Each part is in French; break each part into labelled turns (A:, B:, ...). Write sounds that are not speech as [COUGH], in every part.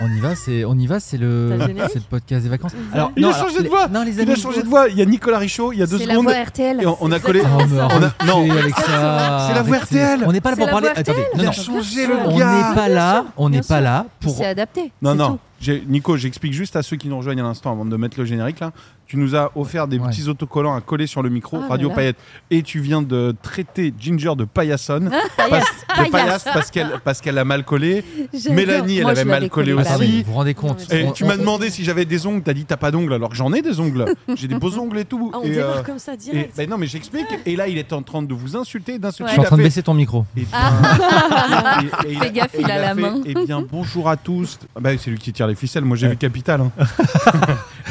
A: on y va, c'est on y va, c'est le [LAUGHS]
B: T'as le générique
A: c'est le podcast des vacances. Alors
C: Il
A: non,
C: a
A: alors,
C: changé de
A: les-
C: voix.
A: Non, les
C: Il
A: amis.
C: a changé de voix. Il y a Nicolas Richaud, il y a deux
D: C'est la
C: secondes.
D: voix RTL.
C: Et on, on a collé.
A: Oh, mais
B: ça.
A: on a-
C: Non.
A: oui, Alexa.
C: C'est la voix
A: Arrêtez.
C: RTL.
A: On n'est pas là
D: C'est
A: pour
D: la
A: parler.
D: voix
A: Attendez,
D: RTL.
A: non,
C: Il a
A: non.
C: changé
D: sûr.
C: le
A: On n'est
C: gars.
A: pas là. On n'est
D: bien
A: pas
D: sûr.
A: là
D: Pour...
A: pour.
D: C'est adapté.
C: Non,
D: c'est
C: non.
D: tout.
C: J'ai- Nico, j'explique juste à ceux qui nous rejoignent à l'instant avant de mettre le générique là. Tu nous as offert des
A: Ouais.
C: petits autocollants à coller sur le micro,
D: Ah là
C: Radio
D: là.
C: Paillette. Et tu viens de traiter Ginger de paillassonne.
D: Paillasse,
C: Parce- de
D: paillasse.
C: paillasse parce qu'elle parce qu'elle a mal collé.
D: J'adore.
C: Mélanie, elle
D: Moi, je
C: avait
D: l'avais
C: mal collé
A: Attendez,
C: aussi.
D: bah oui.
A: vous vous rendez compte
D: Non, mais
C: Et
A: On-
C: tu
A: on-
C: m'as demandé si j'avais des ongles, t'as dit t'as pas d'ongles, alors que j'en ai des ongles. J'ai des beaux ongles et tout.
B: Ah, on
C: et,
B: démarre
C: euh,
B: comme ça
C: et-
B: direct.
C: ben non mais j'explique. Et là il est en train de vous insulter,
A: Je
C: d'insulter.
A: suis en
C: il a
A: train de
C: fait-
A: baisser ton micro.
C: Eh bien- et- et- et
D: Fais gaffe, il a la
C: fait,
D: main.
C: Eh bien, bonjour à tous. Ah bah, c'est lui qui tire les ficelles. Moi, j'ai
A: Ouais.
C: vu
A: [LAUGHS]
C: Capital. hein.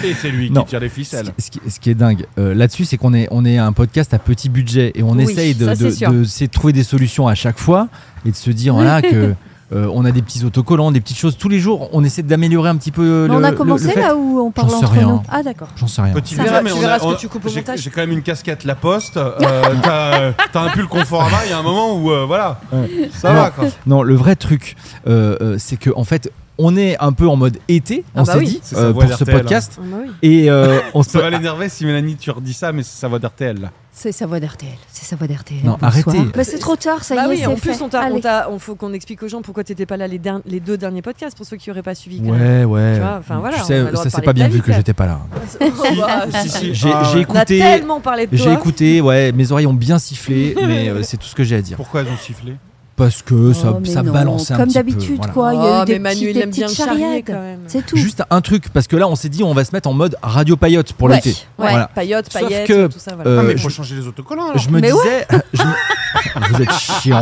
C: et c'est lui
A: Non.
C: qui tire les
A: Ce
C: ficelles.
A: qui, ce qui- ce qui est dingue euh, là-dessus, c'est qu'on est, on est un podcast à petit budget et on
B: Oui,
A: essaye de,
B: ça, c'est
A: de-
B: sûr.
A: de- c'est de trouver des solutions à chaque fois et de se dire voilà que euh, on a des petits autocollants, des petites choses tous les jours. On essaie d'améliorer un petit peu. euh,
D: Mais
A: le,
D: on a
A: le-
D: commencé
A: le fait.
D: là où on parle
A: J'en sais
D: entre
A: rien.
D: nous.
B: Ah d'accord.
A: J'en sais rien.
C: Petit
B: Ça
C: budget,
B: va,
C: mais
B: tu
C: on
B: verras
C: a-
B: ce que
C: on-
B: tu coupes au
C: j'ai-
B: montage.
C: J'ai quand même une casquette La Poste. euh,
A: [LAUGHS]
C: t'as, euh, t'as un pull Conforama. Il y a un moment où euh, voilà,
A: Ouais.
C: ça
A: Non.
C: va quoi.
A: Non, le vrai truc, euh, euh, c'est que en fait, on est un peu en mode été.
B: Ah
A: on
B: bah
A: s'est
B: oui.
A: dit
C: C'est sa
A: euh,
C: voix
A: pour ce
C: d'RTL, hein.
A: podcast
B: Ah, bah oui.
A: et euh, on se
C: Ça va l'énerver si Mélanie tu redis ça, mais ça va d'RTL. là.
D: C'est sa voix d'RTL. C'est sa voix d'RTL.
A: Non, arrêtez.
D: Mais c'est trop tard, ça
B: Bah
D: y est.
B: oui, en
D: c'est
B: plus
D: fait.
B: on t'a, on
D: Allez.
B: t'a- on faut qu'on explique aux gens pourquoi t'étais pas là les, derni- les deux derniers podcasts pour ceux qui auraient pas suivi. quand [LAUGHS]
A: Ouais,
B: même.
A: ouais.
B: Tu vois, enfin, voilà,
A: Tu
B: on a
A: sais,
B: le droit
A: ça
B: de
A: c'est
B: parler
A: pas
B: de
A: bien
B: ta
A: vu
B: vie,
A: que
B: quand
A: j'étais pas là.
B: Bah,
C: Si, si,
A: J'ai
C: ah,
A: j'ai
C: ouais.
B: On a
A: écouté,
B: tellement parlé de toi.
A: j'ai écouté, ouais, mes oreilles ont bien sifflé, mais euh, c'est tout ce que j'ai à dire.
C: Pourquoi elles ont sifflé
A: Parce que ça,
D: Oh, mais
A: ça
D: non,
A: balançait un
D: Comme
A: petit peu,
D: d'habitude,
A: voilà.
D: quoi. Il y a eu
B: Oh,
D: des
B: mais Manuel
D: petites, des
B: aime bien
D: petites
B: charrier,
D: charriades.
B: quand même.
D: C'est tout.
A: Juste un truc, parce que là on s'est dit on va se mettre en mode radio paillote pour
D: Ouais,
A: l'été.
D: ouais.
A: Voilà.
B: Paillotte,
A: Sauf
B: paillettes,
A: que,
B: tout ça. Voilà.
A: Euh,
C: Ah, mais
A: je-
C: faut changer les autocollants. alors.
A: Je me
D: Mais
A: disais. je me- [LAUGHS] Vous êtes chiant.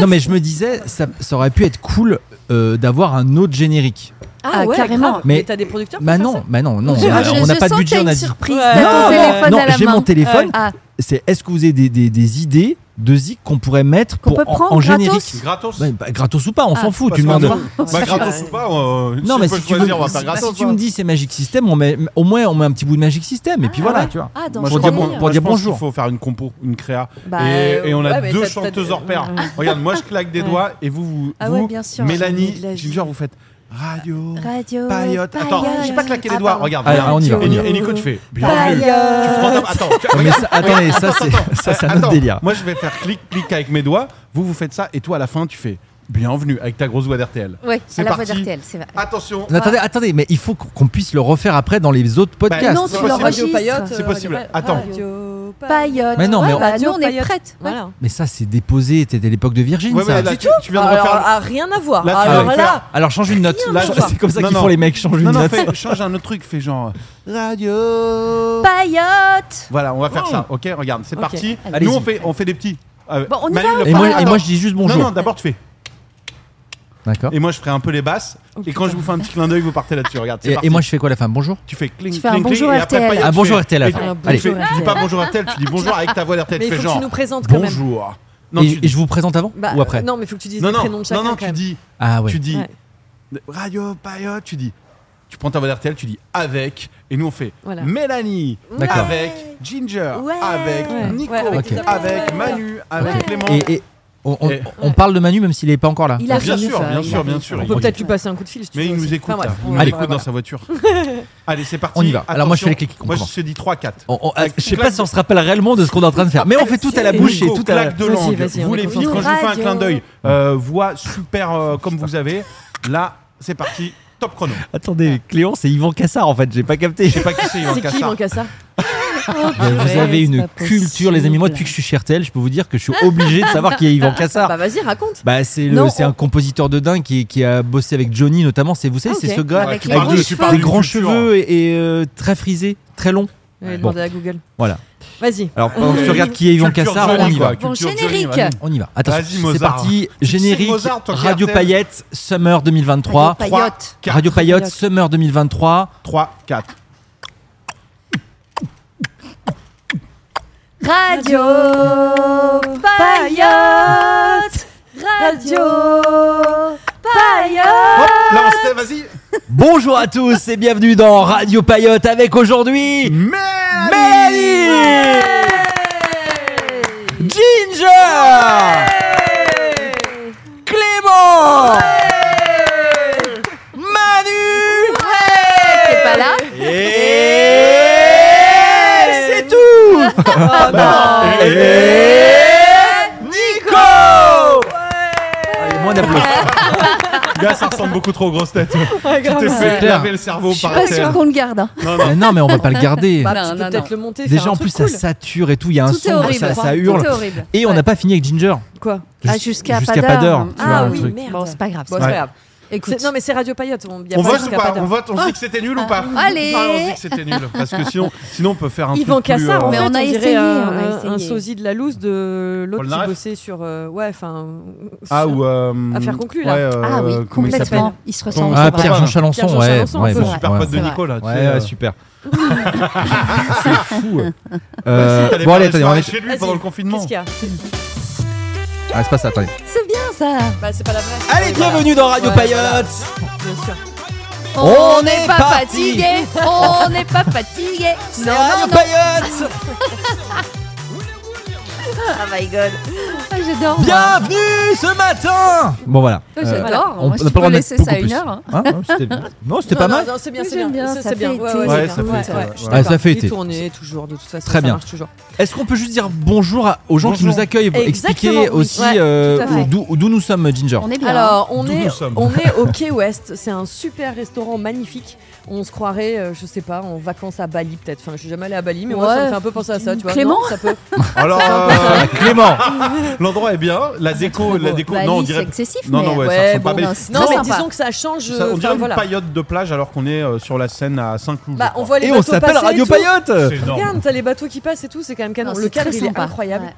A: non mais je me disais, ça, ça aurait pu être cool euh, d'avoir un autre générique.
D: Ah, carrément.
B: grave.
A: Mais-
B: Mais t'as des producteurs pour
A: Bah
B: faire
A: non,
B: ça
A: bah non, non.
D: Je-
A: on a-
D: je-
A: on n'a
D: je
A: pas de
D: sens
A: budget,
D: que t'as
A: on a
D: une
A: dit.
D: surprise.
B: Ouais.
D: T'as ton
B: Non,
D: téléphone
A: non,
D: à la
A: j'ai
D: main.
A: mon téléphone.
D: Ah,
A: C'est est-ce que vous avez des, des- des idées de zik qu'on pourrait mettre
D: Qu'on
A: pour
D: peut
A: en-
D: prendre
A: en,
D: gratos
A: générique
C: Gratos.
A: Ouais, bah, Gratos ou pas, on
D: Ah,
A: s'en fout.
C: Parce
A: Tu
C: qu'on
A: demandes.
C: va-
B: Ouais.
C: Bah,
B: Ouais.
C: gratos ou pas euh,
A: Non,
C: si
A: mais
C: on peut
A: si tu, veux,
C: choisir, on va faire
A: si
C: gratos,
A: tu
C: hein.
A: me dis c'est Magic System, on met, au moins on met un petit bout de Magic System et puis
D: Ah
A: voilà,
D: ouais.
A: tu vois.
D: Ah, dans
A: Pour
D: ce
C: Moi, je crois
A: dire
C: qu'on-
D: délire.
A: bon-
C: moi, je
A: dire
C: pense
A: bonjour.
C: qu'il faut faire une compo, une créa.
D: Bah,
C: et, et on a
B: ouais, mais
C: deux
B: t'as- t'as
C: chanteuses
B: des-
C: hors pair.
B: Ouais.
C: Regarde, moi je claque des
B: Ouais.
C: doigts et vous, vous,
D: Ah
C: vous,
D: ouais, bien sûr.
B: J'ai mis
C: Mélanie,
B: de la vie.
C: Ginger, vous faites radio,
D: Radio.
C: paillotte. Attends,
D: paillotte.
C: j'ai pas claqué les
D: Ah,
C: doigts,
D: pardon.
C: regarde.
A: Allez,
C: regarde.
A: on y va, on
C: Et,
A: y
C: Ni-
A: va.
C: et Nico, tu fais bienvenue.
D: Paillotte.
C: Tu prends ta- Attends, tu-
A: Mais ça- attendez, ça
C: attends,
A: c'est
C: Ah,
A: [LAUGHS]
C: attends,
A: ça, c'est un
C: attends.
A: autre délire.
C: Moi je vais faire clic, clic avec mes doigts. Vous, vous faites ça et toi à la fin tu fais bienvenue avec ta grosse voix d'RTL.
D: Ouais,
C: C'est
D: à la voix
C: parti.
D: d'RTL, c'est vrai.
C: Attention,
A: Mais Attendez, attendez, mais il faut qu'on- qu'on puisse le refaire après dans les autres
D: Bah,
A: podcasts.
B: non,
C: c'est
B: tu
C: possible.
B: l'enregistres.
D: C'est
B: Radio
C: possible.
B: Paillotte,
C: Attends.
B: Radio Paillotte.
D: Paillotte.
A: Mais non, mais
D: Ouais,
A: on-
D: bah, nous, on est
B: Paillotte.
D: prêtes. Ouais.
B: Voilà.
A: Mais ça, c'est déposé, t'étais à l'époque de Virgin,
C: Ouais,
A: ça.
C: ouais, là, tu tu viens de
B: Alors,
C: refaire.
B: ah, rien à voir.
C: Là, tu
B: Alors
C: vas
B: là,
A: Alors change une note.
C: Là,
B: je-
A: c'est comme ça
C: Non,
A: qu'ils
C: non.
A: font les mecs, change une
C: Non, non,
A: note.
C: fais- change un autre truc, fais genre euh, radio.
D: Paillotte.
C: Voilà, on va faire
B: Oh.
C: ça. Ok, regarde, c'est
B: Ok,
C: parti.
A: allez-y.
C: Nous on fait, on fait des petits. Euh,
D: Bon, on y
C: Manu,
D: va
C: le
A: Et
C: fera-
A: moi, et
C: Attends.
A: moi, je dis juste bonjour.
C: Non, non, d'abord tu fais.
A: D'accord.
C: Et moi je ferai un peu les basses.
B: Oh,
C: et quand je vous fais un petit clin d'œil, vous partez là-desur. Regarde, c'est
A: Et, et
C: parti.
A: moi, je fais quoi la fin Bonjour
C: tu fais cling,
D: Tu fais un
C: cling, cling,
D: bonjour
C: et après,
D: RTL.
C: paillettes,
A: Un
C: tu
A: bonjour
C: fais-
A: RTL à la
C: et
A: fin.
C: tu-
B: un
C: Tu
A: Allez.
C: fais-
B: bonjour
C: tu dis
B: RTL.
C: pas bonjour RTL, tu dis bonjour avec ta voix d'RTL.
B: mais
C: Tu fais
B: il faut que tu
C: genre
B: nous présentes quand même.
C: bonjour. Non, tu
A: Et, et
C: dis.
A: je vous présente avant
B: Bah,
A: ou après
B: euh, Non, mais il faut que tu dises
C: Non,
B: les
C: non,
B: prénoms de chacun.
C: non, non,
B: quand
C: tu
B: même.
C: dis.
A: Ah ouais.
C: Tu dis
B: Ouais.
C: radio, paillotte, tu dis. Tu prends ta voix d'RTL, tu dis avec. Et nous on fait
B: Voilà.
C: Mélanie
A: D'accord.
C: avec Ginger,
D: Ouais.
C: avec
B: Ouais.
C: Nico,
B: Ouais, avec
A: Ok.
B: Isabelle.
C: avec
B: Ouais.
C: Manu, avec
D: Ouais.
C: Clément.
A: Et, et on, on-
C: Et-
A: on parle de Manu même s'il est pas encore là.
D: Il a
C: Bien
D: fait
C: sûr,
D: mieux,
C: bien
D: ça,
C: sûr,
D: il a
C: bien
D: fait
C: sûr.
D: mieux.
B: On peut peut-être lui passer un coup de fil si tu
C: Mais
B: veux
C: il nous
B: aussi.
C: écoute,
B: Enfin,
C: là.
B: bref,
C: il
B: on
C: nous
A: Ah,
B: va-
C: écoute
B: voilà.
A: hein.
C: dans sa voiture.
A: [LAUGHS]
C: Allez, c'est parti.
A: On y va. Alors moi, je fais les
C: Attention.
A: clics, on
C: Moi je
A: commence.
C: te dis 3-4.
A: On- on- ah,
C: Avec
A: je sais
C: claque
A: pas si on se rappelle réellement de ce qu'on est en train de faire, mais on fait tout à la
B: Et
A: bouche et
C: Nico,
A: tout à la.
C: claque de
B: Vas-y,
C: langue.
B: vas-y, on
C: vous
B: est
C: les filles, quand
D: concentrés.
C: je vous fais un
D: Radio.
C: clin d'œil, euh, voix super euh, comme vous avez. Là, c'est parti. Top chrono.
A: Attendez, Cléon, c'est Yvan Cassard en fait, j'ai pas capté.
C: Je sais pas qui c'est, Yvan
B: C'est qui
C: Cassard.
B: Yvan Cassard
A: Vous
B: [LAUGHS] Ouais,
A: avez
B: c'est
A: une
B: pas
A: culture, les amis. Moi,
B: possible.
A: depuis que je suis chez RTL, je peux vous dire que je suis obligé de savoir qui est Yvan Cassard.
B: Bah vas-y, raconte.
A: Bah, c'est
B: Non,
A: le- c'est
B: on-
A: un compositeur de dingue qui, qui a bossé avec Johnny notamment. C'est vous savez,
B: Ah,
A: c'est
B: ok.
A: ce gars
D: Avec
C: tu
D: les
C: parles
D: grands
C: de- tu
D: cheveux.
C: parles
A: des
C: de
A: grands
C: culture.
A: cheveux et, et, euh, très frisé, très long.
B: Je vais
C: Ouais.
B: demander à Google.
A: Voilà.
B: Vas-y.
A: Alors pendant que tu regardes qui est Yvan
C: Culture
A: Cassard,
C: Johnny,
A: on y va.
C: quoi.
D: Bon,
C: Culture
D: générique.
C: Johnny, vas-y.
A: On y va. Attention,
C: Vas-y,
A: c'est
C: Mozart.
A: parti.
C: Tu sais
A: Générique,
C: Mozart, toi,
A: Radio
C: cartel.
A: Paillette, Summer 2023.
D: Radio
C: Trois,
D: Paillotte.
C: quatre.
A: Radio Payotte,
B: Paillotte.
A: Summer 2023.
C: 3, 4.
D: Radio Paillotte. Radio Paillotte.
C: Hop, là, on se tait, vas-y.
A: Bonjour à tous et bienvenue dans Radio Payotte avec aujourd'hui
C: Mélanie
A: Mélanie Ginger Clément
C: Bah, eh, Nico Ah,
A: Allez, moins d'applaudissements.
C: Là, ça ressemble beaucoup trop aux grosses têtes.
B: Ouais,
C: Tu
B: grave.
C: t'es
A: C'est
C: fait
A: clair.
C: laver le cerveau
D: Je suis
C: par
D: pas
C: terre.
D: sûre qu'on le garde. hein.
C: Non, non.
A: Mais non, mais on va pas le garder.
B: Bah,
D: Non,
B: tu
D: non,
B: peux peut-être
D: non.
B: le monter. faire
A: Déjà,
B: un
A: en
B: truc
A: plus,
B: cool.
A: ça sature et tout. Il y a un
D: Tout est
A: son,
D: horrible.
A: ça,
D: hein.
A: ça
D: Tout
A: hurle.
D: est horrible.
A: Et on n'a pas fini avec Ginger.
B: Quoi
D: Ah,
A: Jus-
D: jusqu'à pas
A: jusqu'à
D: d'heure.
A: tu
B: Ah
A: vois, le
B: oui,
A: truc.
B: merde.
D: Bon, c'est pas grave.
B: Bon,
D: ça.
B: c'est pas
C: Ouais.
B: grave.
D: Écoute.
B: C'est- Non, mais c'est Radio Payotte. On, y a
C: On
B: pas
C: vote ou
B: jusqu'à
C: pas
B: d'heure.
C: On vote, on se dit que c'était nul ou pas
D: Oh. Allez.
C: Ah, On se dit que c'était nul. Parce que sinon, sinon on peut faire un
B: Yvan
C: truc plus...
B: Cassar,
C: euh,
B: en
D: Mais
B: fait,
D: on a
B: dirait
D: essayé,
B: un,
D: on a
B: un
D: essayé.
B: sosie de la loose de l'autre
C: Paul
B: qui
C: Naref
B: bossait sur. euh, ouais, enfin.
C: Ah,
B: sur-
C: ou... euh,
B: Affaire conclue, là.
C: ouais, euh,
D: Ah oui,
C: comment il s'appelle
D: complètement. Ils se ressemblent.
A: Ah,
D: c'est vrai.
A: Pierre-Jean Chalençon,
B: Pierre-Jean
A: ouais.
B: Chalençon,
A: ouais,
B: c'est
A: bon,
B: vrai.
C: Super
A: ouais.
C: pote de
D: C'est vrai.
C: Nico, là. tu sais,
A: Ouais,
C: euh,
A: ouais, super. [LAUGHS] c'est fou. Euh,
C: t'allais
A: bon, allez, attendez, on
C: pas soirée
A: va mettre-
C: chez lui
B: Vas-y,
C: pendant le confinement.
B: Qu'est-ce qu'il y a
A: Ah, c'est pas ça, attendez.
D: C'est bien ça.
B: Bah, c'est pas la vraie.
A: Allez, bienvenue dans Radio
B: Ouais,
A: Payotte
B: Bien sûr.
A: On
D: n'est
A: est
D: pas
A: parti.
D: fatigué. On n'est pas fatigué.
A: C'est
D: Non,
A: Radio
D: non, non.
A: Payotte
D: Oh my god. Ah, J'adore. moi.
A: Bienvenue ce matin Bon, voilà.
D: Moi,
A: Euh,
D: J'adore.
A: on
D: Moi,
A: on
D: si
A: n'a
D: tu
A: pas le droit
D: peux
A: de
D: laisser
A: mettre
D: ça à
A: beaucoup
D: une
A: plus.
D: heure. hein.
A: Hein, hein, c'était- Non, c'était
B: Non,
A: pas
B: non,
A: mal.
B: Non, c'est bien,
D: Oui,
B: c'est bien.
D: j'aime bien, ça
B: C'est
D: fait
B: bien.
D: été.
B: ouais,
C: Ouais,
B: c'est
C: ça
B: bien.
C: fait été,
B: Ouais, je
C: ouais.
B: suis
A: Ouais, ça
B: d'accord.
A: fait été.
B: Les tournées, toujours, de toute façon.
A: Très
B: ça
A: bien.
B: marche toujours.
A: Est-ce qu'on peut juste dire bonjour à- aux gens qui
C: Bonjour.
A: nous accueillent pour
B: Exactement,
A: expliquer
B: oui.
A: aussi
B: Ouais,
A: euh,
D: tout à fait.
A: d'où d'où nous sommes, Ginger
D: On est bien.
B: Alors, on
C: Eh D'où
B: est,
C: nous sommes.
B: on est
C: [LAUGHS]
B: au Key West. C'est un super restaurant magnifique. On se croirait, euh, je sais pas, en vacances à Bali peut-être. Enfin, je suis jamais allée à Bali, mais moi ça
D: Ouais.
B: me fait un peu penser à ça. Tu vois,
D: Clément
B: Non, ça peut...
C: Alors,
A: Ah, Clément
C: euh, l'endroit est bien. La déco, la déco...
D: Bah,
C: Non, on
D: oui,
C: dirait...
D: C'est excessif.
C: Non,
D: mais-
C: non, ouais, ça
B: Ouais,
C: ressemble pas
B: bon,
C: mais-
D: non, c'est
B: non
D: très
B: mais
D: sympa.
B: disons que ça change.
C: Ça-
B: euh,
C: On dirait
B: enfin,
C: une
B: voilà.
C: paillote de plage alors qu'on est euh, sur la Seine à Saint-Cloud. je
B: Bah, on
C: crois.
B: voit les
A: Et
B: bateaux
A: on s'appelle
B: passer
A: Radio
B: et tout.
A: Payotte
C: C'est énorme.
B: Regarde, t'as les bateaux qui passent et tout, c'est quand même canon.
D: Non,
B: Le
D: c'est
B: cadre,
D: très
B: il est
D: sympa.
B: incroyable.
D: Ouais.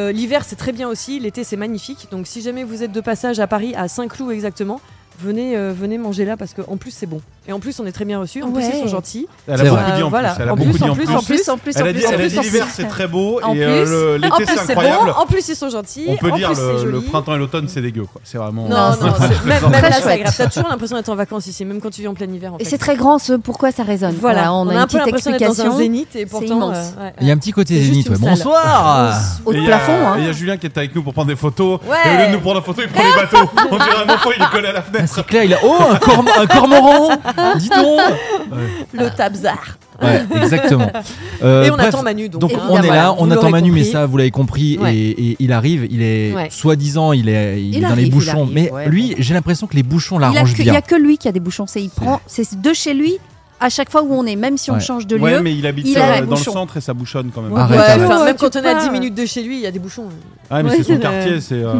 B: Euh, L'hiver, c'est très bien aussi. L'été, c'est magnifique. Donc, si jamais vous êtes de passage à Paris, à Saint-Cloud exactement, venez, euh, venez manger là parce qu'en plus, c'est bon. Et en plus, on est très bien reçus. En plus,
D: Ouais.
B: ils sont gentils.
C: Elle
A: C'est
C: a
A: vrai.
C: beaucoup dit en
B: Voilà.
C: plus. Elle a
B: En
C: beaucoup
B: plus,
C: dit
B: en
C: en
B: plus,
C: plus.
D: En plus, en plus, en
C: Elle a dit,
D: plus, en
C: elle a
D: plus,
C: dit
D: en
C: l'hiver
D: plus.
C: c'est très beau
D: En
C: et euh,
D: plus.
C: le-
B: En
C: l'été
B: plus,
C: c'est
B: c'est bon.
C: incroyable.
B: En plus, ils sont gentils.
C: On peut
B: en
C: dire
B: plus,
C: le,
B: c'est
C: le
B: joli.
C: printemps et l'automne c'est dégueu quoi. C'est vraiment.
B: Non,
D: Non,
B: non,
D: non,
B: c'est- même,
C: plaisante.
B: même
D: Très
B: là, c'est
D: chouette.
B: grave. T'as toujours l'impression d'être en vacances ici, même quand tu vis en plein hiver. En
D: Et
B: fait.
D: c'est très grand ce pourquoi ça résonne.
B: Voilà,
D: on a
B: un
D: une
B: peu
D: petite
B: l'impression d'être dans un
D: explication.
B: zénith et pourtant.
D: immense.
B: euh, ouais,
A: Il y
B: ouais.
A: a un petit côté
B: C'est juste
A: zénith.
B: une
A: ouais.
B: salle.
A: Bonsoir
D: Au
C: Et il y a-
D: plafond,
C: et Il y a
D: hein.
C: Julien qui était avec nous pour prendre des photos. Et au
B: Ouais.
C: lieu de nous prendre la photo, il prend les bateaux. On dirait un enfant, il est collé à la
A: Ah,
C: fenêtre.
A: C'est clair, il a. Oh, un, corm- un cormoran Dis donc
B: Le tabzar.
A: Ouais, exactement. Euh,
B: Et on
A: bref,
B: attend Manu. Donc,
A: Donc
D: Et
B: hein.
A: on est là,
B: Voilà,
A: on
B: vous
A: attend
B: l'aurez
A: Manu, mais
B: compris.
A: ça vous l'avez compris,
B: Ouais.
A: et, et il arrive, il est
B: Ouais.
A: soi-disant, il est, il
D: Il
A: est dans
D: arrive,
A: les
D: il
A: bouchons,
D: arrive,
A: mais
D: ouais,
A: lui, j'ai l'impression que les bouchons
D: Il a,
A: l'arrangent
D: que, il y
A: bien.
D: a que lui qui a des bouchons. C'est il prend, c'est de chez lui à chaque fois où on est, même si on
A: Ouais.
D: change de lieu.
C: Ouais, mais il habite
D: Il
C: euh,
D: a la
C: dans le
D: bouchon.
C: centre et ça bouchonne quand même.
A: Ouais. Arrête,
B: Ouais,
A: arrête.
B: enfin,
D: Ouais,
B: même
D: tu
B: quand on est à
D: peux
B: 10
D: pas.
B: minutes de chez lui, il y a des bouchons.
C: Ah, mais
B: Ouais,
C: c'est son
B: c'est-
C: quartier, c'est euh,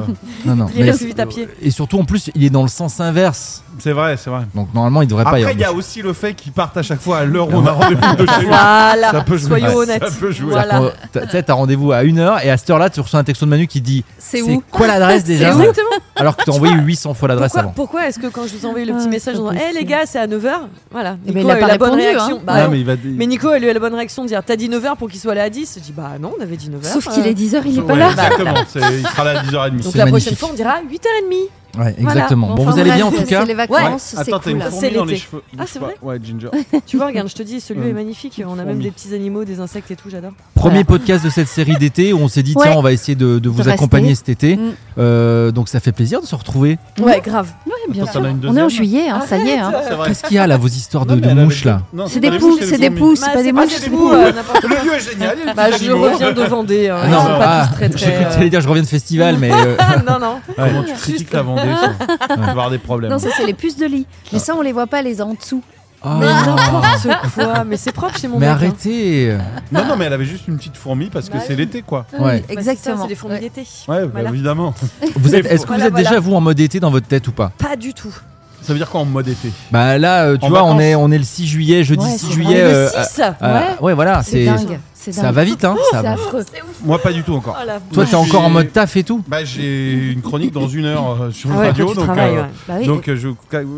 A: Non, non,
B: Il
A: mais-
B: est plus vite à pied.
A: et surtout en plus, il est dans le sens inverse,
C: c'est vrai, c'est vrai.
A: donc normalement il devrait pas y
C: Après,
A: avoir.
C: il y a aussi le fait qu'ils partent à chaque fois à l'heure où on a rendez-vous de chez lui.
B: Voilà,
C: Ça peut jouer.
B: soyons
C: Ouais,
B: honnêtes.
C: ça peut jouer.
B: Voilà.
A: On- t'as- Tu sais, t'as rendez-vous à 1h et à cette heure-là, tu reçois un texto de Manu qui dit
D: C'est où
A: quoi l'adresse déjà
B: Exactement.
A: Alors que t'as envoyé 800 fois l'adresse
B: Pourquoi,
A: avant.
B: pourquoi est-ce que quand je vous envoie le
D: Ah,
B: petit
D: c'est
B: message en
D: pas
B: disant Hé les
D: possible.
B: gars, c'est à 9h Voilà.
D: Eh ben,
B: Nico
D: il a
B: a eu
D: pas
B: la bonne
D: répondu,
B: réaction.
D: hein.
B: Bah
C: Ah,
B: non.
C: mais il va.
B: Mais Nico a eu la bonne réaction de dire T'as dit 9h pour qu'il soit là à 10 Je dis Bah non, on avait dit 9h.
D: Sauf qu'il est 10h, il n'est
C: Ouais,
D: pas là.
C: Exactement, c'est- il sera là à 10h30.
B: Donc
A: C'est
B: la
A: magnifique.
B: prochaine fois, on dira 8h30.
A: Ouais, exactement.
D: Voilà.
A: Bon,
D: Enfin,
A: vous allez
D: bref,
A: bien en tout cas
D: C'est les vacances, c'est
C: Attends, t'as une
D: cool.
B: C'est
C: fourmi dans les
B: l'été.
C: cheveux.
B: Ah, c'est
C: Bouge pas. Ouais, Ginger.
B: Tu vois, regarde, je te dis, celui
C: Hum.
B: est magnifique. On a même
C: Fourmi.
B: des petits animaux, des insectes et tout, j'adore.
A: Premier podcast de cette série d'été où on s'est dit
D: Ouais.
A: tiens on va essayer de, de vous
D: rester.
A: accompagner cet été.
D: Mm.
A: Euh, donc ça fait plaisir de se retrouver.
B: Ouais, grave. Bah,
D: Ouais, bien
C: Attends,
D: sûr.
C: t'en as une
D: On est en
C: deuxième
D: juillet, hein, ça y est. hein.
C: Ah, c'est vrai.
A: Qu'est-ce qu'il y a là vos histoires de,
C: Non, mais
A: de
C: elle avait
A: mouches
C: des-
A: là
C: Non,
D: C'est des
C: pas
D: poules,
C: mouches,
D: c'est des
C: fourmis.
D: poules, c'est
B: Bah,
D: pas des
B: pas
D: mouches.
B: des fous, euh, n'importe quoi.
C: Le lieu est génial. il y a des
B: Bah,
C: petits
B: je
C: animaux.
B: reviens de Vendée. hein.
A: Ah,
B: Ils sont pas
A: ah,
B: tous très très.
A: J'ai cru que
B: euh, Ah,
A: t'allais dire je reviens de festival mais
C: [LAUGHS]
A: euh,
B: non, non. [LAUGHS]
C: Comment tu critiques la Vendée ça Tu vas avoir des problèmes.
D: Non, ça c'est les puces de lit. Mais ça on les voit pas, les en dessous.
A: ah.
B: Mais n'importe quoi. Mais c'est propre chez mon
A: mais
B: mec, hein.
A: arrêtez.
C: Non, non, mais elle avait juste une petite fourmi parce que
B: Bah
C: c'est
B: oui.
C: l'été, quoi.
A: Ouais.
B: Bah, c'est ça,
D: Exactement.
B: C'est les fourmis
D: Ouais.
B: d'été.
C: Ouais, bah,
B: Voilà.
C: évidemment.
A: Vous êtes-
C: Mais
A: Est-ce que vous
B: voilà,
A: êtes déjà
B: voilà.
A: vous en mode été dans votre tête ou pas
B: Pas du tout.
C: Ça veut dire quoi en mode été
A: Bah là euh, tu
C: En
A: vois on
C: vacances.
A: est on est le 6 juillet jeudi
D: Ouais,
A: 6
D: c'est
A: juillet.
D: vrai.
A: euh,
B: le 6
C: ah,
A: euh, euh, ouais voilà
D: C'est
A: c'est
D: dingue. C'est dingue.
A: ça va vite hein. ça
D: C'est
A: va.
D: affreux.
C: Moi, pas du tout encore.
B: Oh la
A: Toi
C: Moi,
A: t'es
C: je
A: encore en
C: suis-
A: mode taf et tout.
C: Bah, j'ai une chronique dans une heure euh, sur
B: Ah
C: le
B: ouais,
C: radio,
B: toi, tu
C: donc.
B: travailles,
C: euh,
B: ouais.
D: Bah oui,
C: Donc, euh, je-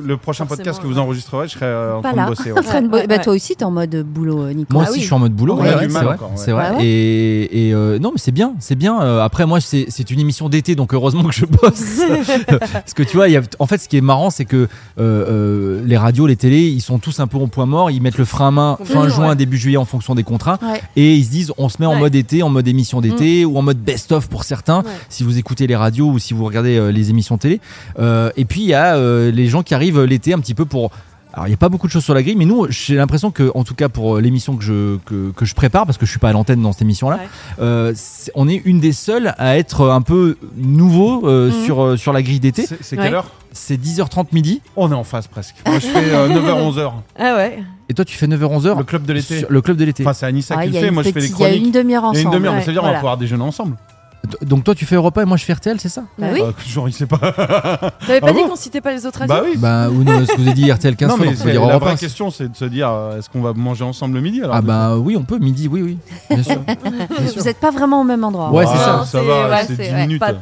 C: le prochain podcast
B: Forcément,
C: que vous
B: ouais.
C: enregerez, je serai euh, en
D: pas
C: train de
D: là. [LAUGHS]
C: bosser. ouais.
D: En train de
B: Ouais,
D: bosser. Bah
B: ouais.
D: toi aussi t'es en mode boulot, euh, Nico.
A: Moi
B: Ah
A: aussi,
B: oui. Ah
A: je suis en mode boulot.
C: On
A: ouais,
C: a
A: ouais,
C: du
A: c'est
C: mal
A: vrai.
C: encore, ouais.
A: c'est vrai.
D: Bah ouais.
A: Et, et, euh, non, mais c'est bien, c'est bien. Euh, après, moi, c'est c'est une émission d'été, donc heureusement que je bosse.
C: [LAUGHS]
A: Parce que tu vois, il y a, en fait, ce qui est marrant, c'est que euh, euh, les radios, les télés, ils sont tous un peu au point mort. Ils mettent le frein à main fin
B: Complètement,
A: juin,
B: ouais.
A: début juillet en fonction des contrats.
D: Ouais.
A: Et ils se disent, on se met en
B: Ouais. Mm.
A: mode été, en mode émission d'été, ou en mode best-of pour certains,
B: Ouais.
A: si vous écoutez les radios ou si vous regardez euh, les émissions télé. Euh, et puis, il y a euh, les gens qui arrivent euh, l'été un petit peu pour Alors, il n'y a pas beaucoup de choses sur la grille, mais nous, j'ai l'impression que, en tout cas pour euh, l'émission que je, que, que je prépare, parce que je suis pas à l'antenne dans cette émission-là,
B: Ouais.
A: euh, c'est- on est une des seules à être un peu nouveau euh,
B: Mm.
D: Mhm.
A: sur, euh, sur la grille d'été.
C: C'est c'est
B: Ouais.
C: quelle heure
A: C'est 10h30 midi,
C: On est en phase presque. Moi, je fais
D: [LAUGHS]
C: euh, 9h-11h,
B: [LAUGHS] Ah ouais.
A: et toi, tu fais 9h-11h
C: le club de l'été.
A: sur le club de l'été.
C: Enfin, c'est Anissa
D: Ah,
C: qui
D: Il
C: le
D: y a
C: fait,
D: une
C: moi je fais les
D: petite- il y a
C: chroniques.
D: une demi-heure
C: Il y a
D: ensemble.
C: une demi-heure, mais
D: ouais.
C: ça veut dire on va
D: Voilà.
C: pouvoir déjeuner ensemble.
A: Donc, toi, tu fais Europa et moi, je fais RTL, c'est ça
D: Bah oui.
C: Euh, [LAUGHS] genre, il sait pas.
B: T'avais pas
C: Ah
B: dit
C: bon
B: qu'on citait pas les autres radios
C: bah oui.
A: Bah, ou non, ce que vous avez dit RTL 15
C: non, mais
A: on peut
C: c'est-
A: dire
C: la
A: Europe
C: vraie
A: 1.
C: question, c'est de se dire euh, est-ce qu'on va manger ensemble le midi alors
A: Ah, bah oui, on peut, midi, oui, oui. Bien sûr. Bien sûr.
D: [LAUGHS] Vous n'êtes pas vraiment au même endroit.
A: Ouais,
C: Ah,
A: c'est ça.
C: Ça
E: c'est-
C: va,
E: ouais,
C: c'est
E: c'est-
C: 10
E: ouais,
C: minutes.
B: Pas t-